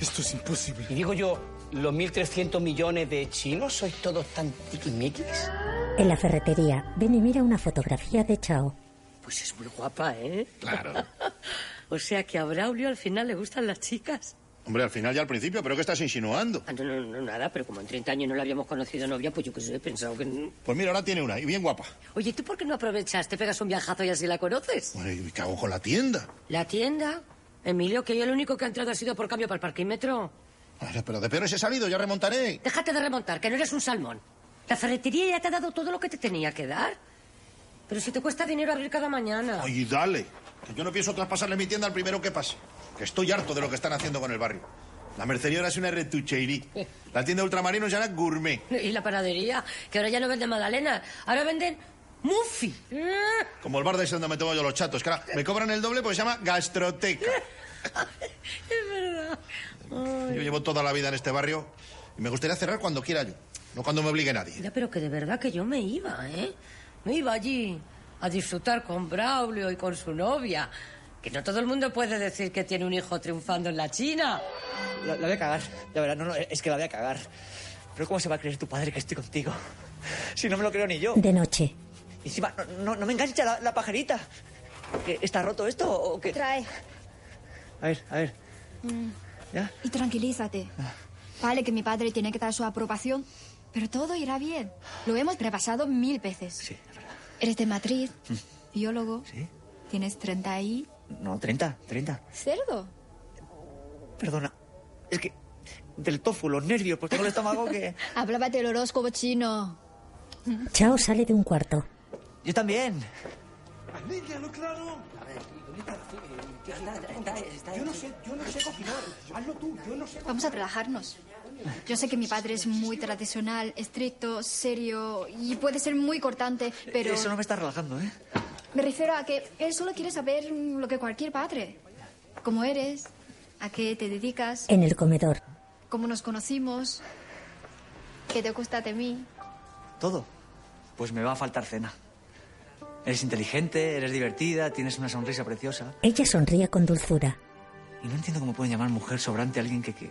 [SPEAKER 14] Esto es imposible. Y digo yo, ¿los 1.300 millones de chinos sois todos tan tiquimiquis?
[SPEAKER 1] En la ferretería, Benny mira una fotografía de Chao.
[SPEAKER 3] Pues es muy guapa, ¿eh?
[SPEAKER 14] Claro.
[SPEAKER 13] O sea que a Braulio al final le gustan las chicas.
[SPEAKER 11] Hombre, al final y al principio, ¿pero qué estás insinuando?
[SPEAKER 13] Ah, no, no, no, nada, pero como en 30 años no la habíamos conocido novia, pues yo qué sé, he pensado que... no.
[SPEAKER 11] Pues mira, ahora tiene una, y bien guapa.
[SPEAKER 13] Oye, ¿tú por qué no aprovechas? Te pegas un viajazo y así la conoces.
[SPEAKER 11] Bueno, ¿y qué hago con la tienda?
[SPEAKER 13] La tienda. Emilio, que yo el único que ha entrado ha sido por cambio para el parquímetro.
[SPEAKER 11] Bueno, Pero de peores he salido, ya remontaré.
[SPEAKER 13] Déjate de remontar, que no eres un salmón. La ferretería ya te ha dado todo lo que te tenía que dar. Pero si te cuesta dinero abrir cada mañana.
[SPEAKER 11] Oye, dale, que yo no pienso traspasarle mi tienda al primero que pase. Que estoy harto de lo que están haciendo con el barrio. La mercería ahora es una retucheiri. La tienda de ultramarinos ya era gourmet.
[SPEAKER 13] Y la panadería, que ahora ya no venden magdalena, ahora venden Ah, muffy.
[SPEAKER 11] Como el bar de ese donde me tomo yo los chatos, que ahora me cobran el doble porque se llama gastroteca.
[SPEAKER 13] Es verdad. Ay.
[SPEAKER 11] Yo llevo toda la vida en este barrio y me gustaría cerrar cuando quiera yo, no cuando me obligue nadie.
[SPEAKER 13] Ya, pero que de verdad que yo me iba, ¿eh? Me iba allí a disfrutar con Braulio y con su novia. Que no todo el mundo puede decir que tiene un hijo triunfando en la China.
[SPEAKER 3] La, la voy a cagar, la verdad, no, no, es que la voy a cagar. Pero ¿cómo se va a creer tu padre que estoy contigo? Si no me lo creo ni yo.
[SPEAKER 1] De noche,
[SPEAKER 3] Y encima, no, no, no me engancha la, la pajerita. ¿Que ¿Está roto esto o qué?
[SPEAKER 21] Trae.
[SPEAKER 3] A ver, a ver.
[SPEAKER 21] Mm.
[SPEAKER 3] ¿Ya?
[SPEAKER 21] Y tranquilízate. Vale que mi padre tiene que dar su aprobación, pero todo irá bien. Lo hemos repasado mil veces. Eres de Madrid, biólogo. Tienes 30 y...
[SPEAKER 3] No, 30, 30.
[SPEAKER 21] Cerdo.
[SPEAKER 3] Perdona. Es que del tofu, los nervios, pues tengo el estómago que...
[SPEAKER 21] Hablaba del horóscopo chino.
[SPEAKER 1] Chao sale de un cuarto.
[SPEAKER 3] Yo también.
[SPEAKER 16] claro! A ver, Yo no sé, yo no sé cocinar. Hazlo tú, yo no sé
[SPEAKER 21] Vamos a relajarnos. Yo sé que mi padre es muy tradicional, estricto, serio y puede ser muy cortante, pero
[SPEAKER 3] Eso no me está relajando, ¿eh?
[SPEAKER 21] me refiero a que él solo quiere saber mm, lo que cualquier padre. Cómo eres, a qué te dedicas,
[SPEAKER 1] En el comedor,
[SPEAKER 21] cómo nos conocimos, qué te gusta de mí.
[SPEAKER 3] Todo. Pues me va a faltar cena. Eres inteligente, eres divertida, tienes una sonrisa preciosa.
[SPEAKER 1] ella sonríe con dulzura.
[SPEAKER 3] Y no entiendo cómo pueden llamar mujer sobrante a alguien que, que...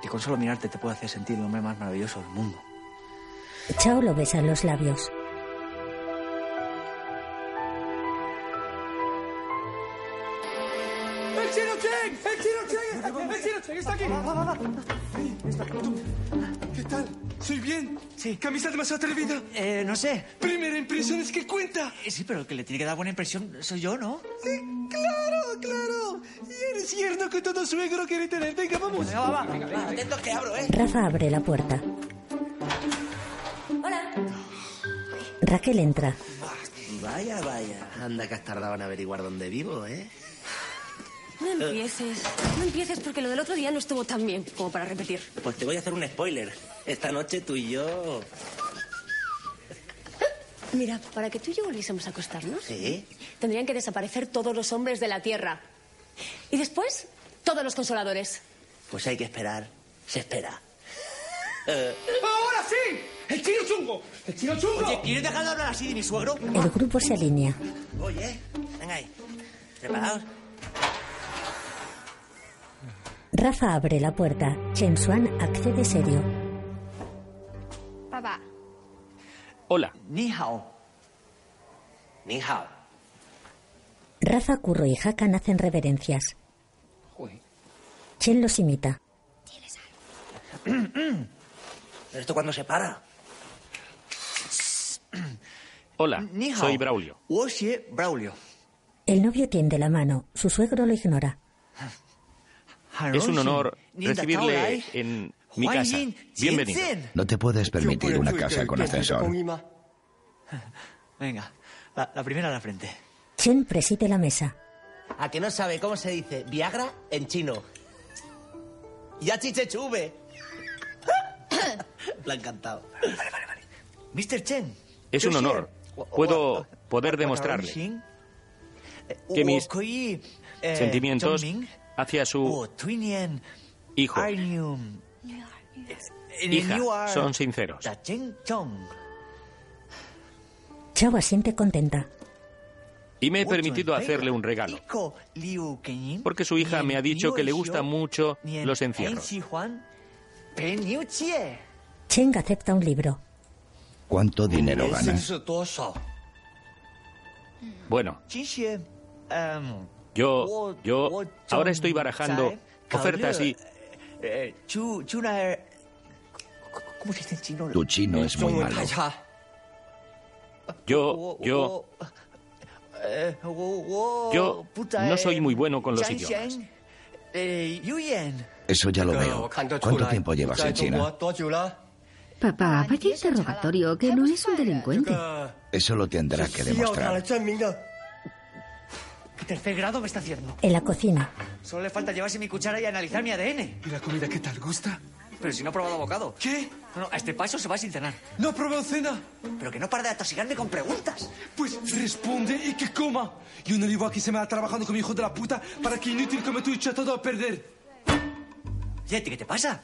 [SPEAKER 3] que con solo mirarte te puede hacer sentir el hombre más maravilloso del mundo.
[SPEAKER 1] Chao lo besa en los labios.
[SPEAKER 16] ¡El chino Cheng! ¡El chino Cheng! ¡El chino Cheng
[SPEAKER 3] Ah,
[SPEAKER 16] está aquí! ¿Qué tal? ¿Soy bien? Sí. Eh, ¿Camisa demasiado atrevida?
[SPEAKER 3] Eh, no sé.
[SPEAKER 16] Primera impresión es que cuenta.
[SPEAKER 3] Eh, Sí, pero el que le tiene que dar buena impresión soy yo, ¿no?
[SPEAKER 16] ¡Claro, claro! Y eres yerno que todo suegro quiere tener. Venga, vamos.
[SPEAKER 3] Venga, va, va. Atento que abro, ¿eh?
[SPEAKER 1] Rafa abre la puerta. Raquel entra.
[SPEAKER 6] Vaya, vaya. Anda que has tardado en averiguar dónde vivo, ¿eh?
[SPEAKER 13] No empieces. No empieces porque lo del otro día no estuvo tan bien como para repetir.
[SPEAKER 6] Pues te voy a hacer un spoiler. Esta noche tú y yo...
[SPEAKER 35] Mira, para que tú y yo volviésemos a acostarnos,
[SPEAKER 6] ¿Sí?
[SPEAKER 35] tendrían que desaparecer todos los hombres de la Tierra. Y después, todos los consoladores.
[SPEAKER 6] Pues hay que esperar. Se espera.
[SPEAKER 16] Eh. ¡Ahora sí! ¡El chino chungo! ¡El chino chungo!
[SPEAKER 3] Oye, ¿quieres dejar de hablar así de mi suegro?
[SPEAKER 1] El grupo se alinea.
[SPEAKER 6] Oye, venga ahí. ¿Preparados?
[SPEAKER 1] Rafa abre la puerta. Chen Xuan accede serio.
[SPEAKER 21] Papá,
[SPEAKER 3] Hola. Ni hao.
[SPEAKER 6] Ni hao.
[SPEAKER 1] Rafa, Curro y Hakan hacen reverencias. Chen los imita.
[SPEAKER 6] ¿Pero esto cuándo se para?
[SPEAKER 36] Hola,
[SPEAKER 3] Ni hao.
[SPEAKER 36] soy Braulio.
[SPEAKER 3] Woxie Braulio.
[SPEAKER 1] El novio tiende la mano. Su suegro lo ignora.
[SPEAKER 36] Es un honor
[SPEAKER 3] Ni da cao lai.
[SPEAKER 36] recibirle en mi
[SPEAKER 3] Juan
[SPEAKER 36] casa.
[SPEAKER 3] Yin,
[SPEAKER 36] Bienvenido.
[SPEAKER 3] Yin Zen.
[SPEAKER 22] No te puedes permitir una casa con ascensor.
[SPEAKER 3] Venga, la, la primera a la frente.
[SPEAKER 1] Chen preside la mesa.
[SPEAKER 6] ¿A que no sabe cómo se dice Viagra en chino? Ya chichechuve. Le ha encantado.
[SPEAKER 3] Mr. Chen.
[SPEAKER 36] Es un
[SPEAKER 3] Yoshi.
[SPEAKER 36] honor.
[SPEAKER 3] Wa- wa-
[SPEAKER 36] Puedo
[SPEAKER 3] wa-
[SPEAKER 36] poder
[SPEAKER 3] wa-
[SPEAKER 36] demostrarle
[SPEAKER 3] Shin. Eh,
[SPEAKER 36] que mis
[SPEAKER 3] Wokoi, eh,
[SPEAKER 36] sentimientos
[SPEAKER 3] Chongming,
[SPEAKER 36] hacia su
[SPEAKER 3] Twinien,
[SPEAKER 36] hijo,
[SPEAKER 3] Arnium, Eh, and you
[SPEAKER 36] hija,
[SPEAKER 3] are
[SPEAKER 36] son sinceros.
[SPEAKER 3] Da Chen Chong.
[SPEAKER 1] Chao asiente contenta.
[SPEAKER 36] Y me he permitido hacerle un regalo,
[SPEAKER 3] Ko Liu Kenyin,
[SPEAKER 36] porque su hija me ha dicho que le
[SPEAKER 3] Yo-
[SPEAKER 36] gustan mucho
[SPEAKER 3] Nien
[SPEAKER 36] los
[SPEAKER 3] Ai
[SPEAKER 36] encierros.
[SPEAKER 3] Shi Juan, Pen Yu Chie.
[SPEAKER 1] Chen acepta un libro.
[SPEAKER 22] ¿Cuánto dinero ganas?
[SPEAKER 36] Bueno,
[SPEAKER 3] Jin Xie,
[SPEAKER 37] em,
[SPEAKER 16] Yo, yo, ahora estoy barajando ofertas y...
[SPEAKER 37] eh, ¿Cómo se dice en chino? Ah,
[SPEAKER 22] Tu chino es muy malo.
[SPEAKER 16] Yo,
[SPEAKER 37] Oh,
[SPEAKER 16] yo,
[SPEAKER 37] eh,
[SPEAKER 16] yo no soy muy bueno con los idiomas.
[SPEAKER 37] eh,
[SPEAKER 22] Eso ya lo veo. ¿Cuánto tiempo llevas en China?
[SPEAKER 21] Ah,
[SPEAKER 38] Papá, vaya interrogatorio, que no es un delincuente.
[SPEAKER 22] Eso lo tendrá que demostrar.
[SPEAKER 3] ¿Qué tercer grado me está haciendo?
[SPEAKER 1] En la cocina,
[SPEAKER 3] Solo le falta llevarse mi cuchara y analizar mi ADN. ¿Y la comida qué tal? ¿Gusta? Pero si no ha probado bocado. ¿Qué? No, no, a este paso se va a internar.
[SPEAKER 15] No ha probado cena.
[SPEAKER 3] Pero que no para de atosigarme con preguntas.
[SPEAKER 15] Pues responde y que coma. Yo no vivo aquí se me va trabajando con mi hijo de la puta para que inútil como tú echa todo a perder.
[SPEAKER 3] Yeti, ¿qué te pasa?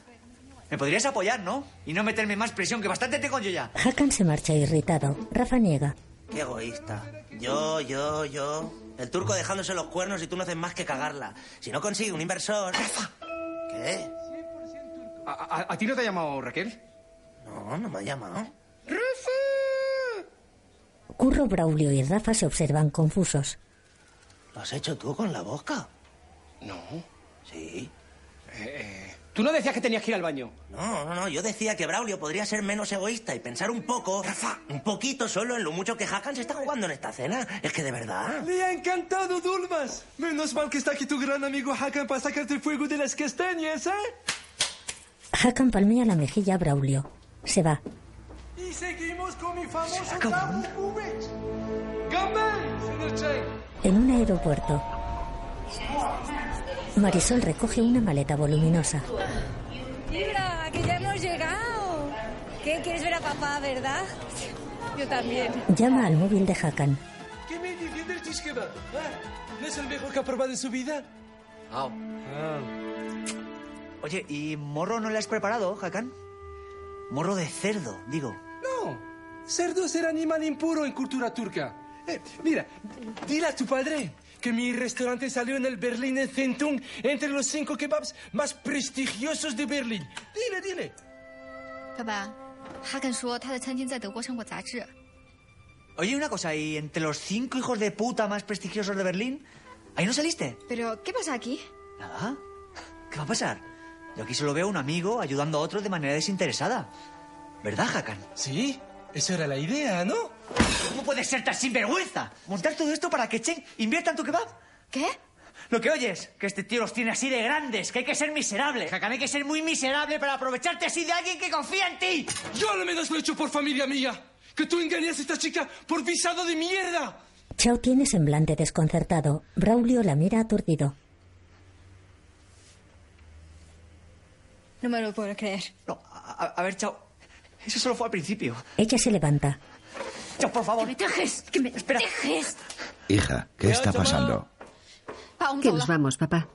[SPEAKER 3] Me podrías apoyar, ¿no? Y no meterme más presión, que bastante tengo yo ya.
[SPEAKER 1] Hakan se marcha irritado. Rafa niega.
[SPEAKER 6] Qué egoísta. Yo, yo, yo. El turco dejándose los cuernos y tú no haces más que cagarla. Si no consigue un inversor. ¿Qué?
[SPEAKER 14] ¿A, a- a ti no te ha llamado Raquel?
[SPEAKER 6] No, no me ha llamado.
[SPEAKER 1] Curro, Braulio y Rafa se observan confusos.
[SPEAKER 6] ¿Lo has hecho tú con la boca? No. Sí.
[SPEAKER 14] Tú no decías que tenías que ir al baño.
[SPEAKER 6] No, no, no. Yo decía que Braulio podría ser menos egoísta y pensar un poco, un poquito solo en lo mucho que Hakan se está jugando en esta cena. Es que de verdad.
[SPEAKER 15] ¡Le ha encantado, Dulmas! Menos mal que está aquí tu gran amigo Hakan para sacarte el fuego de las castañas, ¿eh?
[SPEAKER 1] Hakan palmea la mejilla a Braulio. Se va.
[SPEAKER 15] Y seguimos con mi famoso Dragon Cubes. ¡Gambel! señor Cheng.
[SPEAKER 1] En un aeropuerto, Marisol recoge una maleta voluminosa.
[SPEAKER 39] Mira, que ya hemos llegado. ¿Qué? ¿Quieres ver a papá, verdad? Yo también.
[SPEAKER 1] Llama al móvil de Hakan.
[SPEAKER 15] ¿Qué me dice del shish kebab? ¿eh? ¿No es el mejor que ha probado en su vida? Ah.
[SPEAKER 3] Oye, ¿y morro no le has preparado, Hakan? Morro de cerdo, digo.
[SPEAKER 15] No, cerdo es el animal impuro en cultura turca. Eh, mira, dile a tu padre que mi restaurante salió en el Berliner Zentrum entre los cinco kebabs más prestigiosos de Berlín. Dile, dile.
[SPEAKER 32] 爸爸，哈根说他的餐厅在德国上过杂志。
[SPEAKER 3] Oye, una cosa, ¿y entre los cinco hijos de puta más prestigiosos de Berlín? ¿Ahí no saliste?
[SPEAKER 32] Pero, ¿qué pasa aquí?
[SPEAKER 3] Nada. ¿Qué va a pasar? Yo aquí solo veo a un amigo ayudando a otro de manera desinteresada. ¿Verdad, Hakan?
[SPEAKER 15] Sí, esa era la idea, ¿no?
[SPEAKER 3] ¿Cómo puedes ser tan sinvergüenza? ¿Montar todo esto para que Chen invierta en tu kebab?
[SPEAKER 32] ¿Qué?
[SPEAKER 3] Lo que oyes, que este tío los tiene así de grandes, que hay que ser miserable. Hakan, hay que ser muy miserable para aprovecharte así de alguien que confía en ti.
[SPEAKER 15] Yo al menos lo he hecho por familia mía. Que tú engañas a esta chica por visado de mierda.
[SPEAKER 1] Chao tiene semblante desconcertado. Braulio la mira aturdido.
[SPEAKER 39] No me lo puedo creer.
[SPEAKER 3] No, a, a- a ver, chao. Eso solo fue al principio.
[SPEAKER 1] Ella se levanta.
[SPEAKER 3] Chao, por favor. ¡Que me
[SPEAKER 39] dejes!
[SPEAKER 3] ¡Que me Espera.
[SPEAKER 22] Hija, ¿qué está pasando?
[SPEAKER 38] Que nos vamos, papá.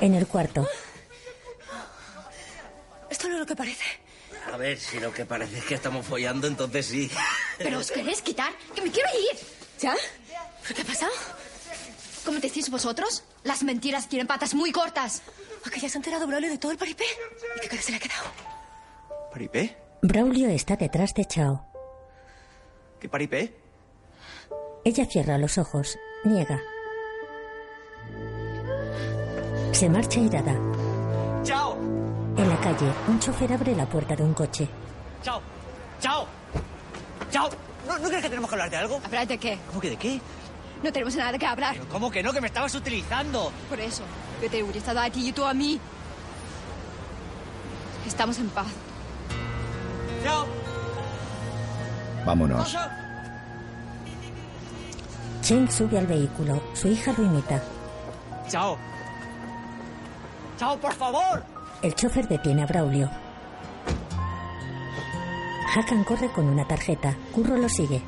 [SPEAKER 1] En el cuarto,
[SPEAKER 39] Esto no es lo que parece.
[SPEAKER 6] A ver, si lo que parece es que estamos follando, entonces sí.
[SPEAKER 32] ¿Pero os queréis quitar? ¡Que me quiero ir!
[SPEAKER 39] ¿Ya?
[SPEAKER 32] ¿Pero qué ha pasado? ¿Cómo decís vosotros? Las mentiras tienen patas muy cortas.
[SPEAKER 39] ¿A que ya se ha enterado Braulio de todo el paripé? ¿Y qué cara se le ha quedado?
[SPEAKER 3] ¿Paripé?
[SPEAKER 1] Braulio está detrás de Chao.
[SPEAKER 3] ¿Qué paripé?
[SPEAKER 1] Ella cierra los ojos. Niega. Se marcha irada.
[SPEAKER 3] ¡Chao!
[SPEAKER 1] En la calle, un chofer abre la puerta de un coche.
[SPEAKER 3] ¡Chao! ¡Chao! ¡Chao! ¿No, ¿No crees que tenemos que hablar de algo?
[SPEAKER 32] ¿Hablar de qué?
[SPEAKER 3] ¿Cómo que de qué?
[SPEAKER 32] No tenemos nada que hablar.
[SPEAKER 3] ¿Cómo que no? Que me estabas utilizando.
[SPEAKER 32] Por eso, yo te he utilizado a ti y tú a mí. Estamos en paz.
[SPEAKER 3] ¡Chao!
[SPEAKER 22] Vámonos.
[SPEAKER 1] Chen sube al vehículo. Su hija lo imita.
[SPEAKER 3] ¡Chao! ¡Chao, por favor!
[SPEAKER 1] El chofer detiene a Braulio. Hakan corre con una tarjeta. Curro lo sigue.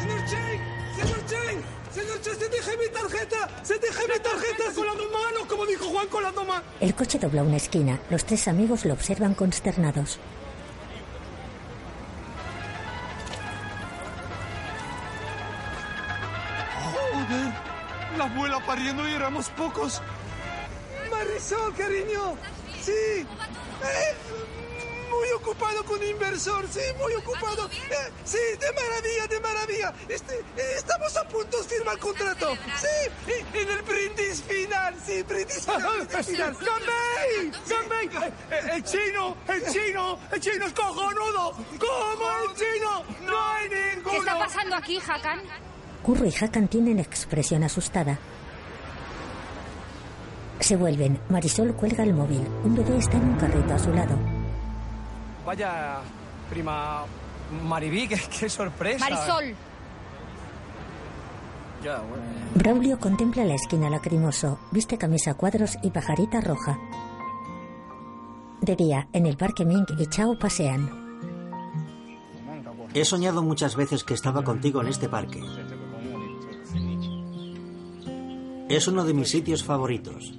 [SPEAKER 15] Señor Cheng, señor Cheng, señor Cheng, se deje mi tarjeta, se deje mi tarjeta con las dos manos, como dijo Juan con las dos manos.
[SPEAKER 1] El coche dobla una esquina. Los tres amigos lo observan consternados.
[SPEAKER 15] Joder, la abuela pariendo y éramos pocos. Marisol, cariño. Sí. Eh,
[SPEAKER 2] muy ocupado con inversor, sí, muy ocupado. Eh, sí, de maravilla, de maravilla. Este, eh, estamos a punto de firmar contrato. Sí, eh, en el brindis final, sí, brindis final. brindis final. ¡Gambey! ¡Gambey! eh, ¡El chino! ¡El chino! ¡El chino es cojonudo! ¡Como el chino! ¡No hay ninguno!
[SPEAKER 24] ¿Qué está pasando aquí, Hakan?
[SPEAKER 1] Curro y Hakan tienen expresión asustada. Se vuelven. Marisol cuelga el móvil. Un bebé está en un carrito a su lado.
[SPEAKER 14] Vaya, prima Mariví, qué, qué sorpresa.
[SPEAKER 24] Marisol,
[SPEAKER 14] Ya, bueno.
[SPEAKER 1] Braulio contempla la esquina lacrimoso. Viste camisa a cuadros y pajarita roja. De día, en el parque Mink y Chao pasean.
[SPEAKER 40] He soñado muchas veces que estaba contigo en este parque. Es uno de mis sitios favoritos.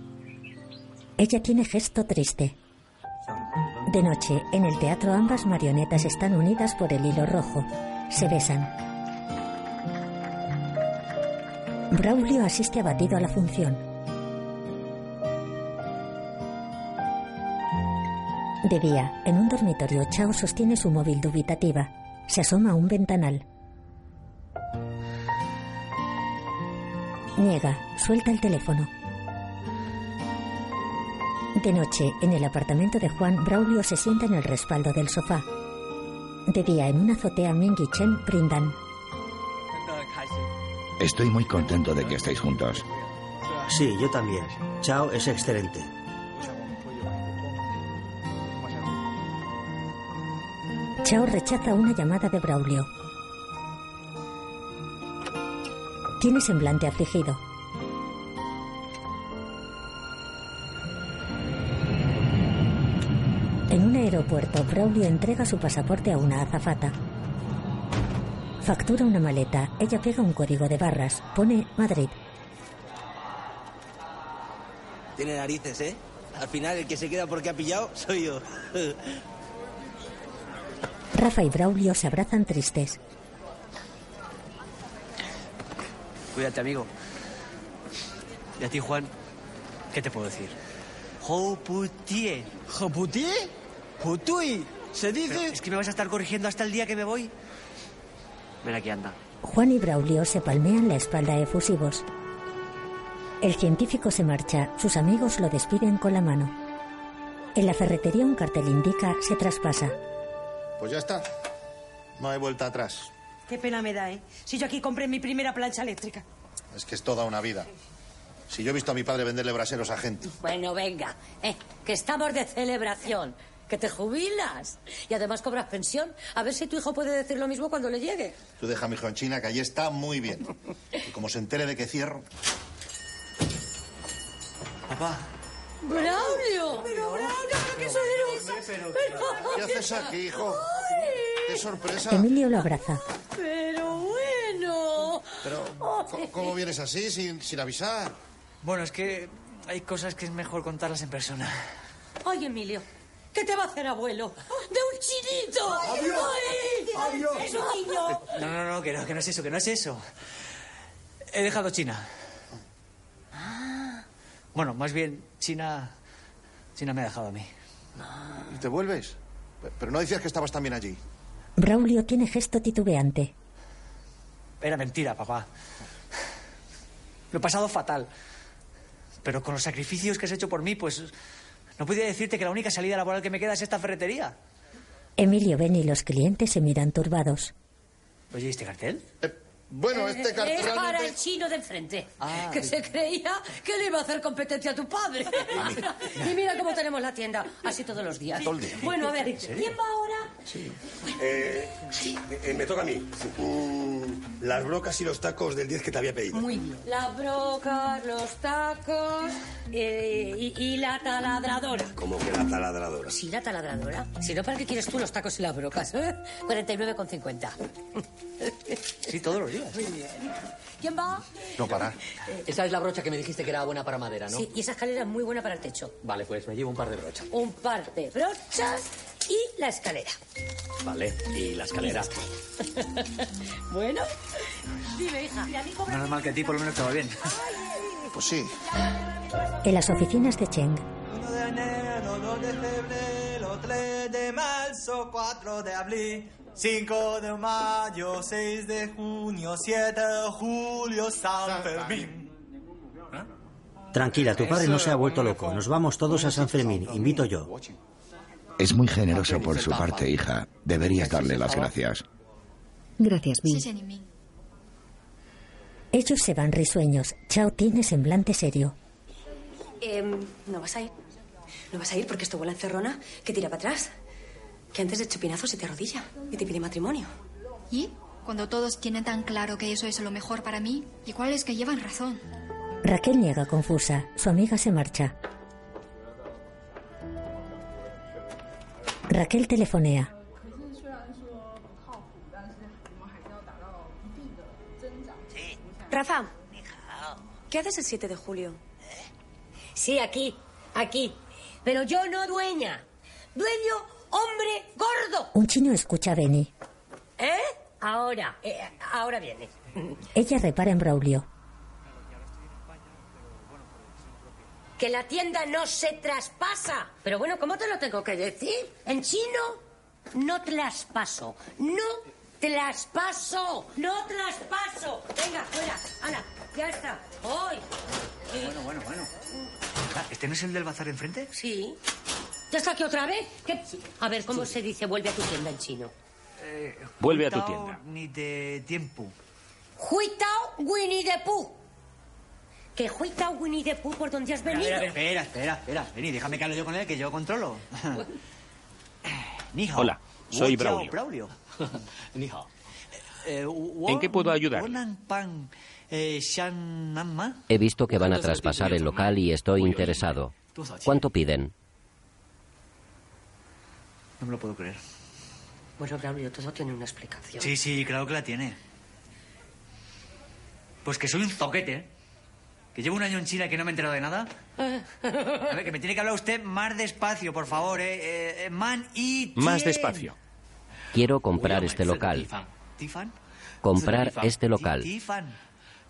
[SPEAKER 1] Ella tiene gesto triste. De noche, en el teatro ambas marionetas están unidas por el hilo rojo. Se besan. Braulio asiste abatido a la función. De día, en un dormitorio, Chao sostiene su móvil dubitativa. Se asoma a un ventanal. Niega, suelta el teléfono. De noche, en el apartamento de Juan, Braulio se sienta en el respaldo del sofá. De día, en una azotea, Ming y Chen brindan.
[SPEAKER 22] Estoy muy contento de que estéis juntos.
[SPEAKER 40] Sí, yo también. Chao es excelente.
[SPEAKER 1] Chao rechaza una llamada de Braulio. Tiene semblante afligido. En un aeropuerto, Braulio entrega su pasaporte a una azafata. Factura una maleta. Ella pega un código de barras. Pone Madrid.
[SPEAKER 6] Tiene narices, ¿eh? Al final el que se queda porque ha pillado soy yo.
[SPEAKER 1] Rafa y Braulio se abrazan tristes.
[SPEAKER 3] Cuídate, amigo. Y a ti, Juan, ¿qué te puedo decir? Joputie.
[SPEAKER 5] ¿Joputie? ¿Putui? ¿Se dice?
[SPEAKER 3] Es que me vas a estar corrigiendo hasta el día que me voy. Ven aquí, anda.
[SPEAKER 1] Juan y Braulio se palmean la espalda efusivos. El científico se marcha, sus amigos lo despiden con la mano. En la ferretería un cartel indica se traspasa.
[SPEAKER 11] Pues ya está. No hay vuelta atrás.
[SPEAKER 41] Qué pena me da, ¿eh? Si yo aquí compré mi primera plancha eléctrica.
[SPEAKER 11] Es que es toda una vida. Si yo he visto a mi padre venderle braseros a gente.
[SPEAKER 13] Bueno, venga, eh, que estamos de celebración, que te jubilas y además cobras pensión. A ver si tu hijo puede decir lo mismo cuando le llegue.
[SPEAKER 11] Tú deja a mi hijo en China, que allí está muy bien. Y como se entere de que cierro... Papá,
[SPEAKER 13] ¡Braulio! ¡Pero Braulio, pero qué soleroso!
[SPEAKER 11] ¿qué haces aquí, hijo? ¡Qué sorpresa!
[SPEAKER 1] Emilio lo abraza.
[SPEAKER 13] ¡Pero bueno!
[SPEAKER 11] Pero, ¿cómo, cómo vienes así, sin, sin avisar?
[SPEAKER 3] Bueno, es que hay cosas que es mejor contarlas en persona.
[SPEAKER 41] Ay, Emilio, ¿qué te va a hacer abuelo? ¡De un chinito!
[SPEAKER 13] ¡Adiós!
[SPEAKER 41] ¡Ay!
[SPEAKER 13] ¡Adiós!
[SPEAKER 41] ¡Es un niño!
[SPEAKER 3] No, no, no, que no, que no es eso, que no es eso. He dejado China. Bueno, más bien, China. China me ha dejado a mí.
[SPEAKER 11] ¿Y te vuelves? Pe- Pero no decías que estabas también allí.
[SPEAKER 1] Braulio tiene gesto titubeante.
[SPEAKER 3] Era mentira, papá. Lo he pasado fatal. Pero con los sacrificios que has hecho por mí, pues. No podía decirte que la única salida laboral que me queda es esta ferretería.
[SPEAKER 1] Emilio ven y los clientes se miran turbados.
[SPEAKER 3] Oye, ¿y este cartel?
[SPEAKER 11] Eh, Bueno, este cartel...
[SPEAKER 13] Eh, Es para el chino de enfrente, que se creía que le iba a hacer competencia a tu padre. y mira cómo tenemos la tienda, así todos los días.
[SPEAKER 11] Todo el día.
[SPEAKER 13] Bueno, a ver,
[SPEAKER 11] ¿En serio?
[SPEAKER 13] ¿quién va ahora?
[SPEAKER 42] Eh, eh, me toca a mí. Mm, Las brocas y los tacos del 10 que te había pedido.
[SPEAKER 13] Muy bien. Las brocas, los tacos eh, y, y la taladradora.
[SPEAKER 42] Como que la taladradora.
[SPEAKER 13] Sí, la taladradora. Si no, ¿para qué quieres tú los tacos y las brocas? eh? 49,50.
[SPEAKER 3] Sí, todos los días.
[SPEAKER 13] Muy bien. ¿Quién va?
[SPEAKER 11] No parar.
[SPEAKER 13] Esa es la brocha que me dijiste que era buena para madera,
[SPEAKER 43] ¿no?
[SPEAKER 13] Sí, y esa escalera es muy buena para el techo.
[SPEAKER 43] Vale, pues me llevo un par de brochas.
[SPEAKER 13] Un par de brochas y la escalera.
[SPEAKER 43] Vale, Eh, y la escalera.
[SPEAKER 13] bueno, dime, hija.
[SPEAKER 3] Menos mal que a ti por lo menos estaba bien.
[SPEAKER 11] Pues sí.
[SPEAKER 1] En las oficinas de Cheng,
[SPEAKER 5] Uno de enero, dos de febrero,
[SPEAKER 44] 3 de marzo, 4 de abril, 5 de mayo, 6 de junio, 7 de julio, San Fermín.
[SPEAKER 40] Tranquila, tu padre no se ha vuelto loco. Nos vamos todos a San Fermín. Invito yo.
[SPEAKER 22] Es muy generoso por su parte, hija. Deberías darle las gracias.
[SPEAKER 38] Gracias, Bill.
[SPEAKER 1] Ellos se van risueños. Chao tiene semblante serio.
[SPEAKER 39] Em, ¿No vas a ir? ¿No vas a ir porque estuvo la encerrona que tira para atrás? Que antes de chupinazo se te arrodilla y te pide matrimonio.
[SPEAKER 32] ¿Y? Cuando todos tienen tan claro que eso es lo mejor para mí, igual es que llevan razón.
[SPEAKER 1] Raquel niega confusa. Su amiga se marcha. Raquel telefonea.
[SPEAKER 39] Rafa, ¿qué haces el 7 de julio?
[SPEAKER 13] Sí, aquí, aquí. Pero yo no dueña. Dueño, hombre gordo.
[SPEAKER 1] Un chino escucha a Benny.
[SPEAKER 13] ¿Eh? Ahora, eh, ahora viene.
[SPEAKER 1] Ella repara en Braulio.
[SPEAKER 13] Que la tienda no se traspasa. Pero bueno, ¿cómo te lo tengo que decir? En chino, no traspaso. No traspaso. No traspaso. Venga, fuera. Ala, ya está. Hoy.
[SPEAKER 3] Bueno, bueno, bueno. Ah, ¿Este no es el del bazar de enfrente?
[SPEAKER 13] Sí. ¿Ya está aquí otra vez? ¿Qué? A ver, ¿cómo se dice vuelve a tu tienda en chino?
[SPEAKER 3] Eh,
[SPEAKER 16] Vuelve a tu
[SPEAKER 3] Juntao
[SPEAKER 16] tienda.
[SPEAKER 3] Ni de tiempo.
[SPEAKER 13] Huitao Winnie the Pooh. Que Huitao Winnie the Pooh por donde has
[SPEAKER 3] A ver,
[SPEAKER 13] venido.
[SPEAKER 3] a ver, espera, espera, espera. Vení, déjame que hable yo con él, que yo controlo. Ni hao.
[SPEAKER 16] Hola, soy
[SPEAKER 3] Wo chao,
[SPEAKER 16] Braulio.
[SPEAKER 3] Braulio.
[SPEAKER 43] Ni hao.
[SPEAKER 3] Eh, wo-
[SPEAKER 16] ¿En qué puedo ayudarle?
[SPEAKER 3] Wonan pan, eh, shan nan ma.
[SPEAKER 45] He visto que van a traspasar el local y estoy interesado. ¿Cuánto piden?
[SPEAKER 3] No me lo puedo creer.
[SPEAKER 13] Bueno, Braulio, todo tiene una explicación.
[SPEAKER 3] Sí, sí, claro que la tiene. Pues que soy un zoquete, ¿eh? Que llevo un año en China y que no me he enterado de nada. A ver, que me tiene que hablar usted más despacio, por favor, ¿eh? Eh, eh, man y...
[SPEAKER 45] Más
[SPEAKER 3] tien.
[SPEAKER 45] despacio. Quiero comprar este local.
[SPEAKER 3] ¿Tifan?
[SPEAKER 45] Comprar este local.
[SPEAKER 3] ¿Tifan?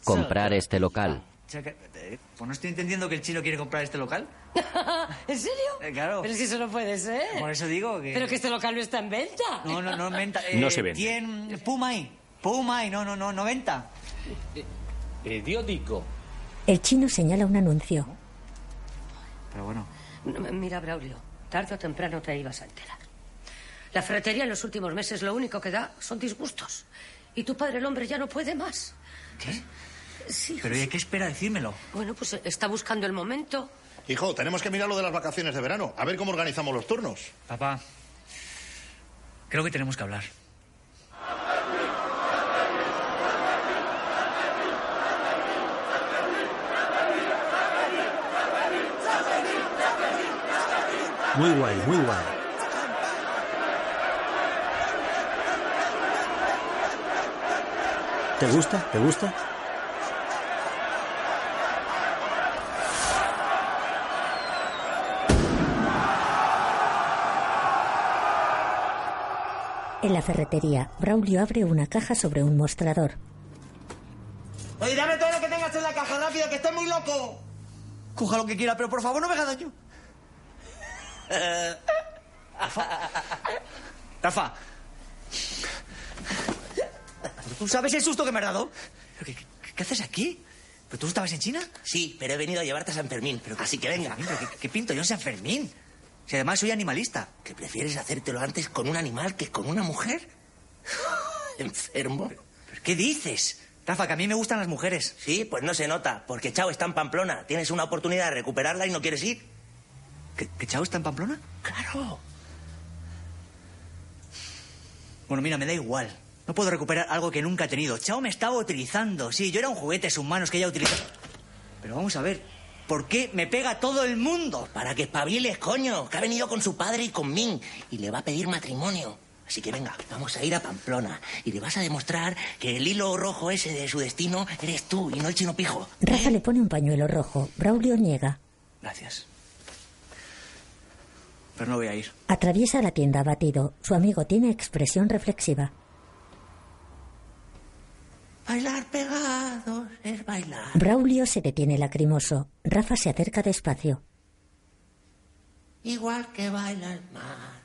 [SPEAKER 45] Comprar este local.
[SPEAKER 3] O sea que, eh, pues no estoy entendiendo que el chino quiere comprar este local.
[SPEAKER 13] ¿En serio?
[SPEAKER 3] Eh, claro.
[SPEAKER 13] Pero si eso no puede ser.
[SPEAKER 3] Por eso digo que...
[SPEAKER 13] Pero que este local no está en venta.
[SPEAKER 3] No, no, no, venta.
[SPEAKER 16] No se vende.
[SPEAKER 3] ¿Quién? Pumai. Pumai, no, no, no, no venta.
[SPEAKER 43] Periódico.
[SPEAKER 1] El chino señala un anuncio.
[SPEAKER 3] Pero bueno.
[SPEAKER 13] No, m- Mira, Braulio, tarde o temprano te ibas a enterar. La ferretería en los últimos meses lo único que da son disgustos. Y tu padre, el hombre, ya no puede más. ¿Qué? Sí.
[SPEAKER 3] Pero ¿y qué espera decírmelo?
[SPEAKER 13] Bueno, pues eh, está buscando el momento.
[SPEAKER 11] Hijo, tenemos que mirar lo de las vacaciones de verano, a ver cómo organizamos los turnos.
[SPEAKER 3] Papá, creo que tenemos que hablar.
[SPEAKER 40] Muy guay, muy guay. ¿Te gusta? ¿Te gusta?
[SPEAKER 1] En la ferretería, Braulio abre una caja sobre un mostrador.
[SPEAKER 5] Oye, dame todo lo que tengas en la caja, rápido, que estoy muy loco.
[SPEAKER 3] Coja lo que quiera, pero por favor no me haga daño. Rafa. ¿Tú sabes el susto que me has dado? ¿Pero qué, qué- qué haces aquí? ¿Pero tú estabas en China?
[SPEAKER 6] Sí, pero he venido a llevarte a San Fermín, pero así que venga.
[SPEAKER 3] Ah, Fermín, pero ¿Qué, qué pinto yo en San Fermín? Si además soy animalista.
[SPEAKER 6] ¿Que prefieres hacértelo antes con un animal que con una mujer? Enfermo.
[SPEAKER 3] ¿Pero qué dices? Rafa, que a mí me gustan las mujeres.
[SPEAKER 6] Sí, pues no se nota, porque Chao está en Pamplona. Tienes una oportunidad de recuperarla y no quieres ir.
[SPEAKER 3] ¿Que, que Chao está en Pamplona?
[SPEAKER 6] Claro.
[SPEAKER 3] Bueno, mira, me da igual. No puedo recuperar algo que nunca he tenido. Chao me estaba utilizando. Sí, yo era un juguete submanos que ella utilizaba. Pero vamos a ver, ¿por qué me pega todo el mundo?
[SPEAKER 6] Para que espabiles, coño, que ha venido con su padre y con Min y le va a pedir matrimonio. Así que venga, vamos a ir a Pamplona y le vas a demostrar que el hilo rojo ese de su destino eres tú y no el chino pijo.
[SPEAKER 1] Rafa le pone un pañuelo rojo. Braulio niega.
[SPEAKER 3] Gracias. Pero no voy a ir.
[SPEAKER 1] Atraviesa la tienda abatido. Su amigo tiene expresión reflexiva.
[SPEAKER 6] Bailar pegados es bailar.
[SPEAKER 1] Braulio se detiene lacrimoso. Rafa se acerca despacio.
[SPEAKER 6] Igual que baila el mar.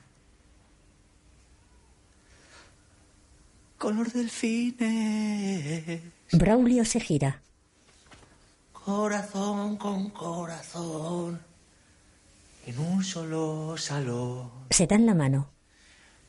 [SPEAKER 5] color delfines.
[SPEAKER 1] Braulio se gira.
[SPEAKER 5] Corazón con corazón. En un solo salón.
[SPEAKER 1] Se dan la mano.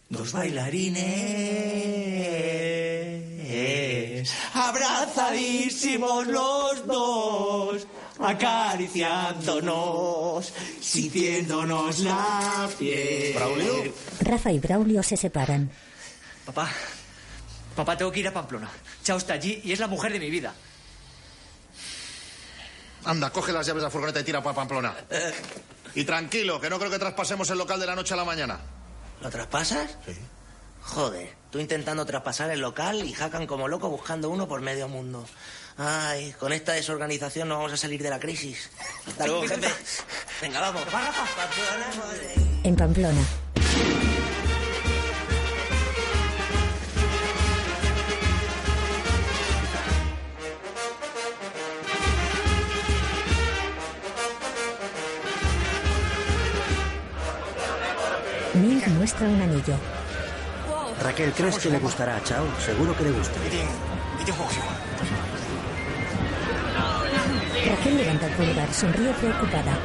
[SPEAKER 5] Dos bailarines. Abrazadísimos los dos. Acariciándonos. Sintiéndonos la piel.
[SPEAKER 11] Braulio.
[SPEAKER 1] Rafa y Braulio se separan.
[SPEAKER 3] Papá, papá, tengo que ir a Pamplona. Chao está allí y es la mujer de mi vida.
[SPEAKER 11] Anda, coge las llaves de la furgoneta y tira para Pamplona. Y tranquilo, que no creo que traspasemos el local de la noche a la mañana.
[SPEAKER 6] ¿Lo traspasas?
[SPEAKER 11] Sí.
[SPEAKER 6] Joder, tú intentando traspasar el local y jacan como loco buscando uno por medio mundo. Ay, con esta desorganización no vamos a salir de la crisis. Hasta luego, jefe. Venga, vamos.
[SPEAKER 1] En Pamplona. Nick muestra un anillo.
[SPEAKER 40] Raquel, ¿crees que le gustará a Chao? Seguro que le gusta.
[SPEAKER 1] Raquel levanta el pulgar, sonríe preocupada.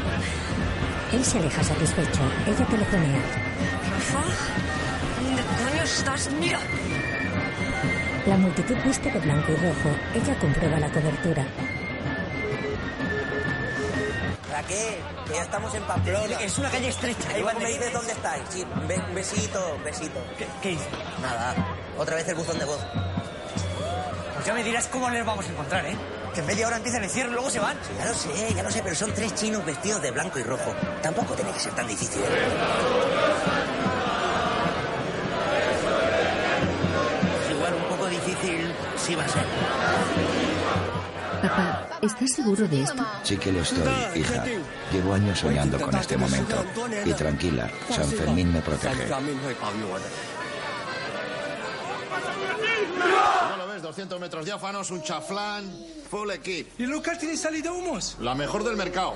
[SPEAKER 1] Él se aleja satisfecho. Ella telefonea.
[SPEAKER 39] Rafa, ¿dónde coño estás? Mira.
[SPEAKER 1] La multitud viste de blanco y rojo. Ella comprueba la cobertura.
[SPEAKER 6] Raquel, que ya estamos en Pamplona.
[SPEAKER 5] Es una calle estrecha.
[SPEAKER 6] Ahí
[SPEAKER 5] Igual
[SPEAKER 6] me
[SPEAKER 5] de-
[SPEAKER 6] dices dónde estáis. Sí, be- besito, besito.
[SPEAKER 3] ¿Qué, qué hice?
[SPEAKER 6] Nada, otra vez el buzón de voz.
[SPEAKER 3] Pues ya me dirás cómo les vamos a encontrar, ¿eh? Que en media hora empiezan el cierre, luego se van.
[SPEAKER 6] Sí, Ya lo sé, ya lo sé, pero son tres chinos vestidos de blanco y rojo. Tampoco tiene que ser tan difícil. ¿eh? Igual un poco difícil sí va a ser.
[SPEAKER 38] Papá, ¿estás seguro de esto?
[SPEAKER 22] Sí que lo estoy, hija. Llevo años soñando con este momento. Y tranquila, San Fermín me protege.
[SPEAKER 11] ¿No lo ves? 200 metros diáfanos, un chaflán, full equip.
[SPEAKER 2] ¿Y el local tiene salida humos?
[SPEAKER 11] La mejor del mercado.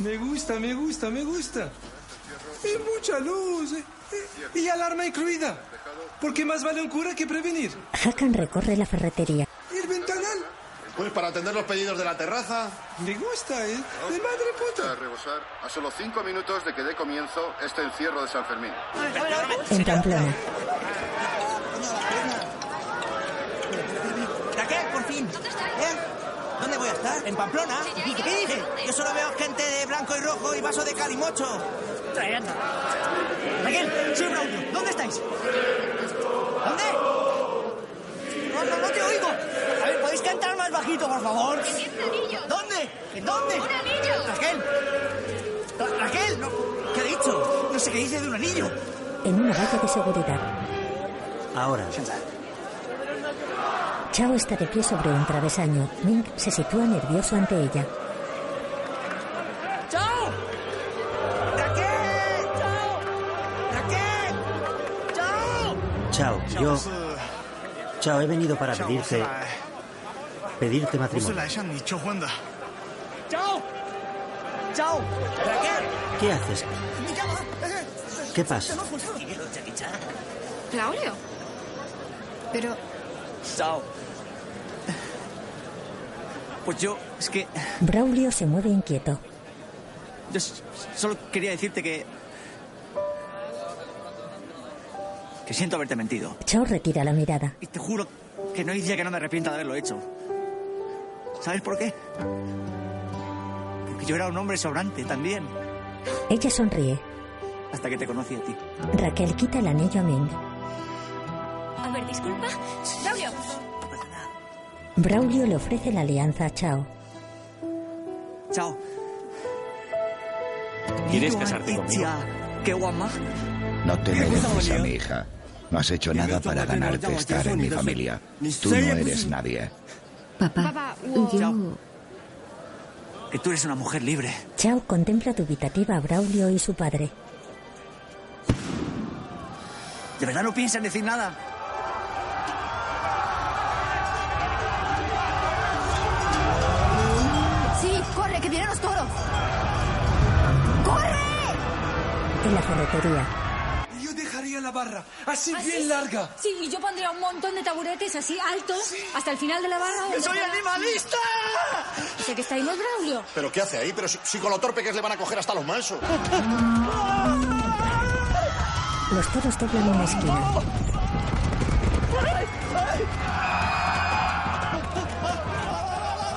[SPEAKER 2] Me gusta, me gusta, me gusta. Y mucha luz. eh, eh, Y alarma incluida. Porque más vale un cura que prevenir.
[SPEAKER 1] Hakan recorre la ferretería.
[SPEAKER 2] ¿Y el ventanal?
[SPEAKER 11] Pues para atender los pedidos de la terraza.
[SPEAKER 2] Me gusta, ¿eh? De madre puta.
[SPEAKER 37] A rebosar, a solo cinco minutos de que dé comienzo este encierro de San Fermín.
[SPEAKER 1] En Pamplona.
[SPEAKER 14] Raquel, por fin. ¿Dónde
[SPEAKER 6] ¿Eh?
[SPEAKER 14] ¿Dónde voy a estar? ¿En Pamplona? ¿Y qué dije? Yo solo veo gente de blanco y rojo y vaso de calimocho.
[SPEAKER 3] Traerán. Raquel, soy Braulio. ¿Dónde estáis? ¿Dónde? No, no, no te oigo. A ver, ¿podéis cantar más bajito, por favor? ¿Dónde? ¿En dónde? ¡Un anillo! Raquel. Ra- Raquel, no- ¿qué ha dicho? No sé qué dice de un anillo.
[SPEAKER 1] En una valla de seguridad.
[SPEAKER 40] Ahora.
[SPEAKER 1] Chao está de pie sobre un travesaño. Mink se sitúa nervioso ante ella.
[SPEAKER 14] ¡Chao! ¡Raquel! ¡Chao! ¡Raquel! ¡Chao!
[SPEAKER 40] Chao, yo. Chao, pues, uh, he venido para pedirte. Pedirte matrimonio.
[SPEAKER 3] ¡Chao! ¡Chao! ¡Raquel!
[SPEAKER 40] ¿Qué haces? ¿Qué pasa?
[SPEAKER 32] Claudio. Pero
[SPEAKER 3] Chao. Pues yo, es que.
[SPEAKER 1] Braulio se mueve inquieto.
[SPEAKER 3] Yo s- solo quería decirte que. Que siento haberte mentido.
[SPEAKER 1] Chao retira la mirada.
[SPEAKER 3] Y te juro que no hay día que no me arrepienta de haberlo hecho. ¿Sabes por qué? Porque yo era un hombre sobrante también,
[SPEAKER 1] Ella sonríe.
[SPEAKER 3] hasta que te conocí a ti.
[SPEAKER 1] Raquel quita el anillo a Ming.
[SPEAKER 39] A ver, disculpa. Braulio.
[SPEAKER 1] Braulio le ofrece la alianza a Chao.
[SPEAKER 3] Chao.
[SPEAKER 16] ¿Quieres
[SPEAKER 3] eh,
[SPEAKER 16] casarte conmigo?
[SPEAKER 3] ah, ¡Qué guama!
[SPEAKER 22] No te mereces a mi hija. No has hecho nada para ganarte estar en mi familia. Tú no eres nadie.
[SPEAKER 38] Papá, yo.
[SPEAKER 3] Que tú eres una mujer libre.
[SPEAKER 1] Chao contempla dubitativa a Braulio y su padre.
[SPEAKER 3] ¿De verdad no piensas decir nada?
[SPEAKER 32] sí, corre, que vienen los toros. ¡Corre!
[SPEAKER 1] En la ferretería,
[SPEAKER 2] Yo dejaría
[SPEAKER 15] pondría la barra, así bien larga.
[SPEAKER 24] Sí, y yo pondría un montón de taburetes así altos hasta el final de la barra. donde
[SPEAKER 15] ¡Soy
[SPEAKER 24] estará-
[SPEAKER 15] animalista!
[SPEAKER 24] O sea que está ahí más Braulio.
[SPEAKER 11] ¿Pero qué hace ahí? Pero si, si con lo torpe que es le van a coger hasta los mansos.
[SPEAKER 1] Los toros doblan una esquina.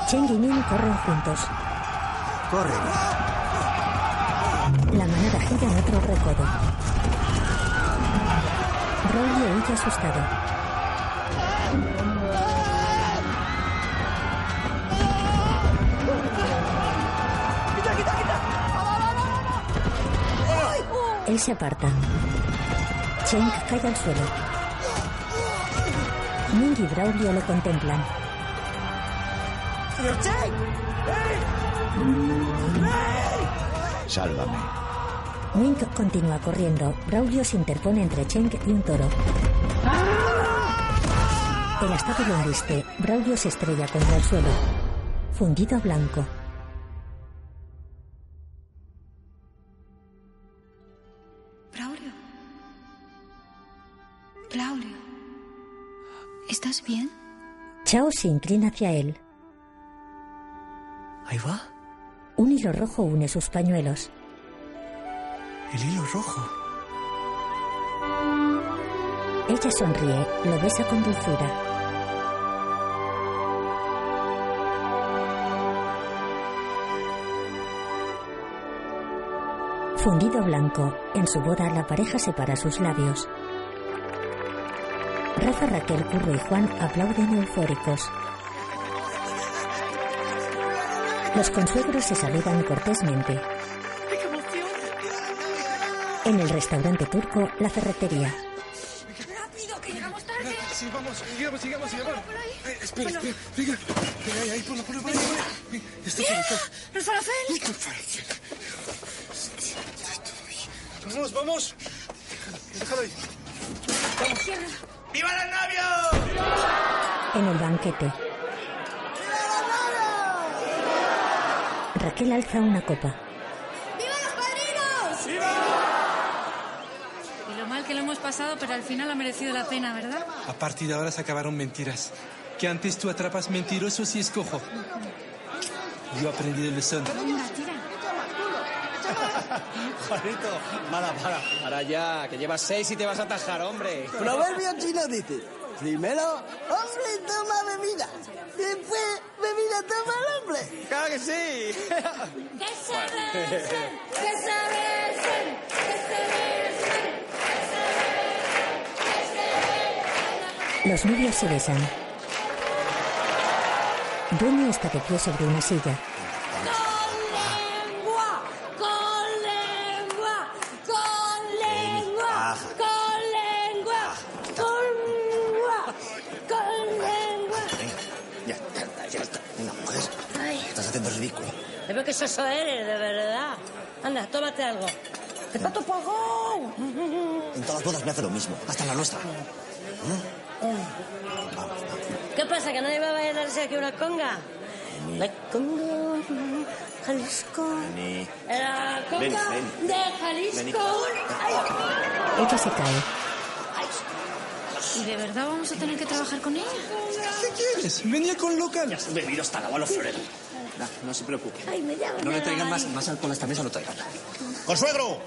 [SPEAKER 1] Chen y Nin corren juntos.
[SPEAKER 46] Corre.
[SPEAKER 1] La manada gira en otro recodo. Rolly huye asustado.
[SPEAKER 15] ¡Quita, quita, quita!
[SPEAKER 1] Él se aparta. Cheng cae al suelo. Ning y Braulio lo contemplan.
[SPEAKER 15] ¡Señor Chen! ¡Ey! ¡Ey!
[SPEAKER 22] Sálvame.
[SPEAKER 1] Ning continúa corriendo. Braulio se interpone entre Cheng y un toro. El astado lo embiste. Braulio se estrella contra el suelo. Fundido a blanco.
[SPEAKER 24] Braulio. Braulio. ¿Estás bien?
[SPEAKER 1] Chao se inclina hacia él.
[SPEAKER 47] Ahí va.
[SPEAKER 1] Un hilo rojo une sus pañuelos.
[SPEAKER 47] El hilo rojo.
[SPEAKER 1] Ella sonríe, lo besa con dulzura. Fundido blanco, en su boda la pareja separa sus labios. Rafa, Raquel, Curro y Juan aplauden eufóricos. Los consuegros se saludan cortésmente. En el restaurante turco, la ferretería.
[SPEAKER 24] ¡Rápido, que llegamos tarde!
[SPEAKER 15] Ah, Sí, vamos, sigamos, sigamos, sigamos. Eh, espera, espera, venga, venga, ahí, ahí, ponlo, ponlo, ponlo, ponlo. Venga, Está por acá.
[SPEAKER 24] ¡El falafel!
[SPEAKER 15] Vamos, vamos. Déjalo ahí. Vamos. ¡Viva los
[SPEAKER 1] En el banquete. Raquel alza una copa.
[SPEAKER 24] ¡Padrinos! Y lo mal que lo hemos pasado, pero al final ha merecido la pena, ¿verdad?
[SPEAKER 15] A partir de ahora se acabaron mentiras. Que antes tú atrapas mentirosos y escojo. Yo aprendí de lesón.
[SPEAKER 24] Venga, tira.
[SPEAKER 14] Juanito, para, para. Para ya, que llevas seis y te vas a atajar, hombre.
[SPEAKER 5] Proverbio chino dice, primero, hombre toma bebida, después bebida toma el hombre.
[SPEAKER 14] ¡Claro que sí!
[SPEAKER 24] ¡Que se besen! ¡Que se besen! ¡Que se besen!
[SPEAKER 1] Los novios se besan. Dueño está de pie sobre una silla.
[SPEAKER 24] ¡Lengua! ¡Con lengua! ¡Con lengua! ¡Con lengua! ¡Con lengua! ¡Con lengua!
[SPEAKER 2] Ya, ya está, ya está. Venga, mujer.
[SPEAKER 13] Ay,
[SPEAKER 2] Estás haciendo el ridículo.
[SPEAKER 13] pero que soso eres, de verdad. Anda, tómate algo. ¡Que está tu pagón!
[SPEAKER 2] En todas las bodas me hace lo mismo, hasta en la nuestra.
[SPEAKER 13] ¿Qué pasa, que nadie va a bailarse aquí una conga? La conga Jalisco. La conga
[SPEAKER 24] Ven, ven.
[SPEAKER 13] de Jalisco. Ay,
[SPEAKER 1] Ella se cae.
[SPEAKER 24] ¿Y de verdad vamos a tener que trabajar con ella?
[SPEAKER 15] ¿Qué quieres? Venía con local. Ya
[SPEAKER 3] has bebido hasta la bala florero. No, no se preocupe.
[SPEAKER 24] Ay, me llama.
[SPEAKER 3] No le
[SPEAKER 24] la
[SPEAKER 3] traigan más,
[SPEAKER 24] Mari.
[SPEAKER 3] más alcohol a esta mesa, no traigan.
[SPEAKER 11] ¡Consuegro! Eh,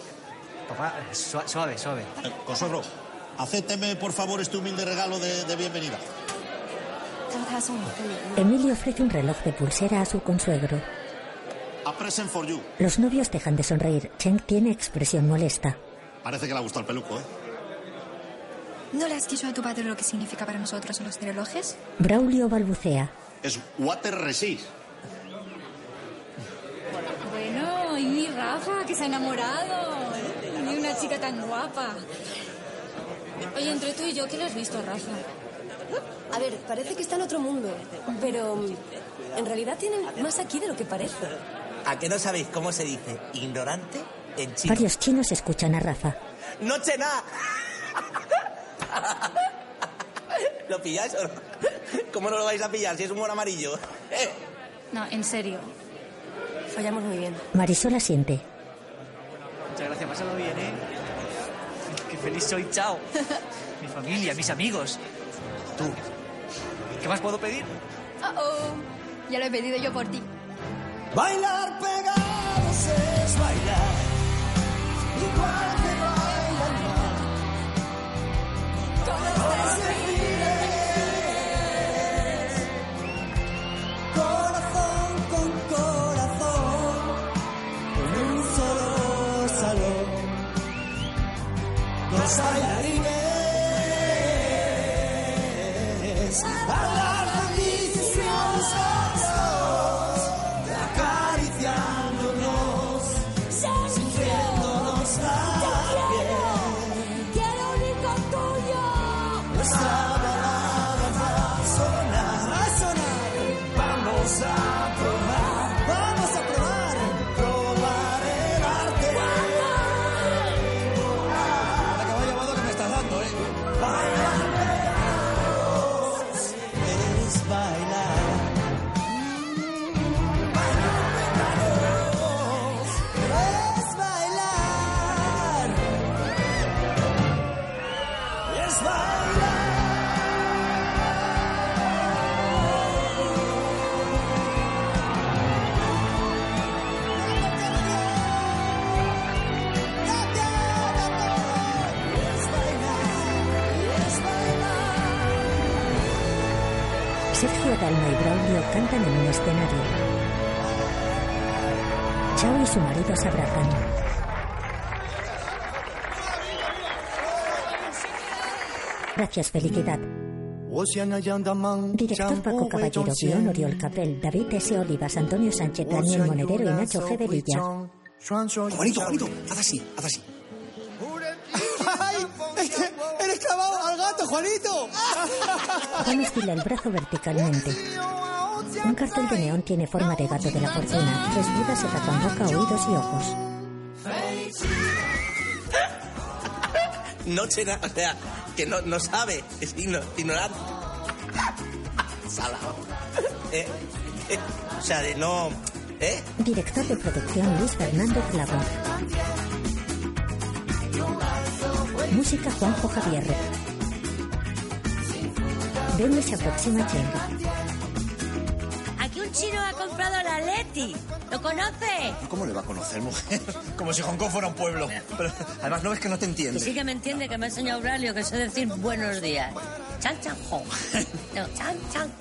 [SPEAKER 47] Papá, sua- suave, suave.
[SPEAKER 11] Consuegro, acépteme por favor este humilde regalo de, de bienvenida.
[SPEAKER 1] Emilio ofrece un reloj de pulsera a su consuegro.
[SPEAKER 11] A present for you.
[SPEAKER 1] Los novios dejan de sonreír. Cheng tiene expresión molesta.
[SPEAKER 11] Parece que le ha gustado el peluco, ¿eh?
[SPEAKER 21] ¿No le has dicho a tu padre lo que significa para nosotros los relojes?
[SPEAKER 1] Braulio balbucea.
[SPEAKER 11] Es water resist.
[SPEAKER 24] Bueno, y mi Rafa, que se ha enamorado. Y una chica tan guapa. Oye, entre tú y yo, ¿qué le has visto a Rafa?
[SPEAKER 48] A ver, parece que está en otro mundo, pero mm, en realidad tienen más aquí de lo que parece.
[SPEAKER 6] ¿A qué no sabéis cómo se dice ignorante en
[SPEAKER 1] Varios chinos escuchan a Rafa.
[SPEAKER 6] ¡Noche na! ¿Lo pilláis o no? ¿Cómo no lo vais a pillar si es humor amarillo?
[SPEAKER 24] No, en serio.
[SPEAKER 48] Follamos muy bien.
[SPEAKER 1] Marisol asiente.
[SPEAKER 47] Muchas gracias, pásalo bien, ¿eh? Qué
[SPEAKER 3] feliz soy, chao. Mi familia, mis amigos. Tú. ¿Qué más puedo pedir?
[SPEAKER 32] Oh, oh. Ya lo he pedido yo por ti.
[SPEAKER 2] Bailar pegados es bailar, igual que baila el mar. Todos desfiles, corazón con corazón, en un solo salón. Los bailarines alargan mis brazos acariciándonos, sintiéndonos la piel. Quiero un hijo tuyo. Nuestra balada va a sonar, va a sonar. Vamos a probar, vamos a probar, probar el arte. La caballo guado que me estás dando, eh. Bailar es bailar. Es bailar. Es
[SPEAKER 1] Sergio Dalma y Braulio cantan en un escenario. Chao y su marido se abrazan. Gracias, felicidad. Director Paco Caballero, guión Oriol Capel, David S. Olivas, Antonio Sánchez, Daniel Monedero y Nacho G. de Villa.
[SPEAKER 43] Juanito, Juanito, haz así, haz así.
[SPEAKER 2] ¡Ay! ¡Eres clavado al gato, Juanito!
[SPEAKER 1] Juan estila el brazo verticalmente. Un cartel de neón tiene forma de gato de la fortuna. Tres vidas se tapan boca, oídos y ojos.
[SPEAKER 6] No será, o sea, que no, no sabe, es igno- ignorante. Salado. Eh, eh, o sea, de no. ¿Eh?
[SPEAKER 1] Director de producción Luis Fernando Clavo. Música Juanjo Javier. Vende se aproxima Cheng.
[SPEAKER 13] Aquí un chino ha comprado la Leti. ¿Lo conoce?
[SPEAKER 43] ¿Cómo le va a conocer, mujer? Como si Hong Kong fuera un pueblo. Pero, además, no ves que no te
[SPEAKER 13] Que
[SPEAKER 43] entiende.
[SPEAKER 13] sí que me entiende, que me ha enseñado Braulio, que sé decir buenos días. Chan chan ho. No, chan chan.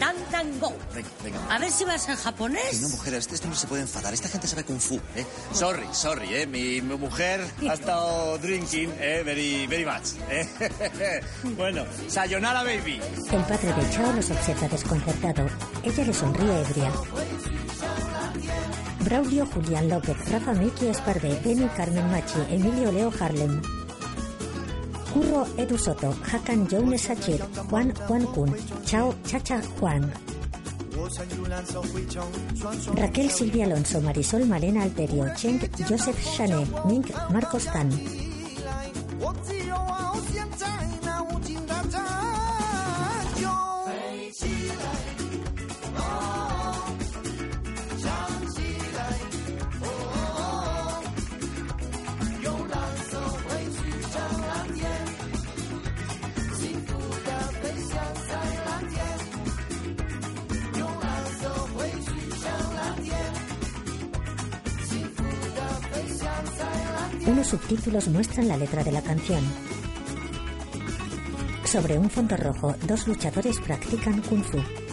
[SPEAKER 13] Tan tan go.
[SPEAKER 43] Venga, venga.
[SPEAKER 13] A ver si vas en
[SPEAKER 43] Que no,
[SPEAKER 13] japonés.
[SPEAKER 43] mujer, este, este hombre se puede enfadar. Esta gente sabe kung fu, ¿eh? Sorry, sorry, ¿eh? Mi, mi mujer ha estado drinking, ¿eh? Very, very much, ¿eh? Bueno, sayonara, baby.
[SPEAKER 1] El padre de Chao los observa desconcertado. Ella le sonríe ebria. Braulio Julián López, Rafa Miki Esparde, Benny Carmen Machi, Emilio Leo Harlem. Curro Edu Soto, Hakan Jones Sachet, Juan Juan Kun, Chao Chacha Juan. Raquel Silvia Alonso, Marisol Malena Alterio, Cheng Joseph Chané, Mink Marcos Tan. Unos subtítulos muestran la letra de la canción. Sobre un fondo rojo, dos luchadores practican kung fu.
[SPEAKER 2] 哦 Oh, oh, oh,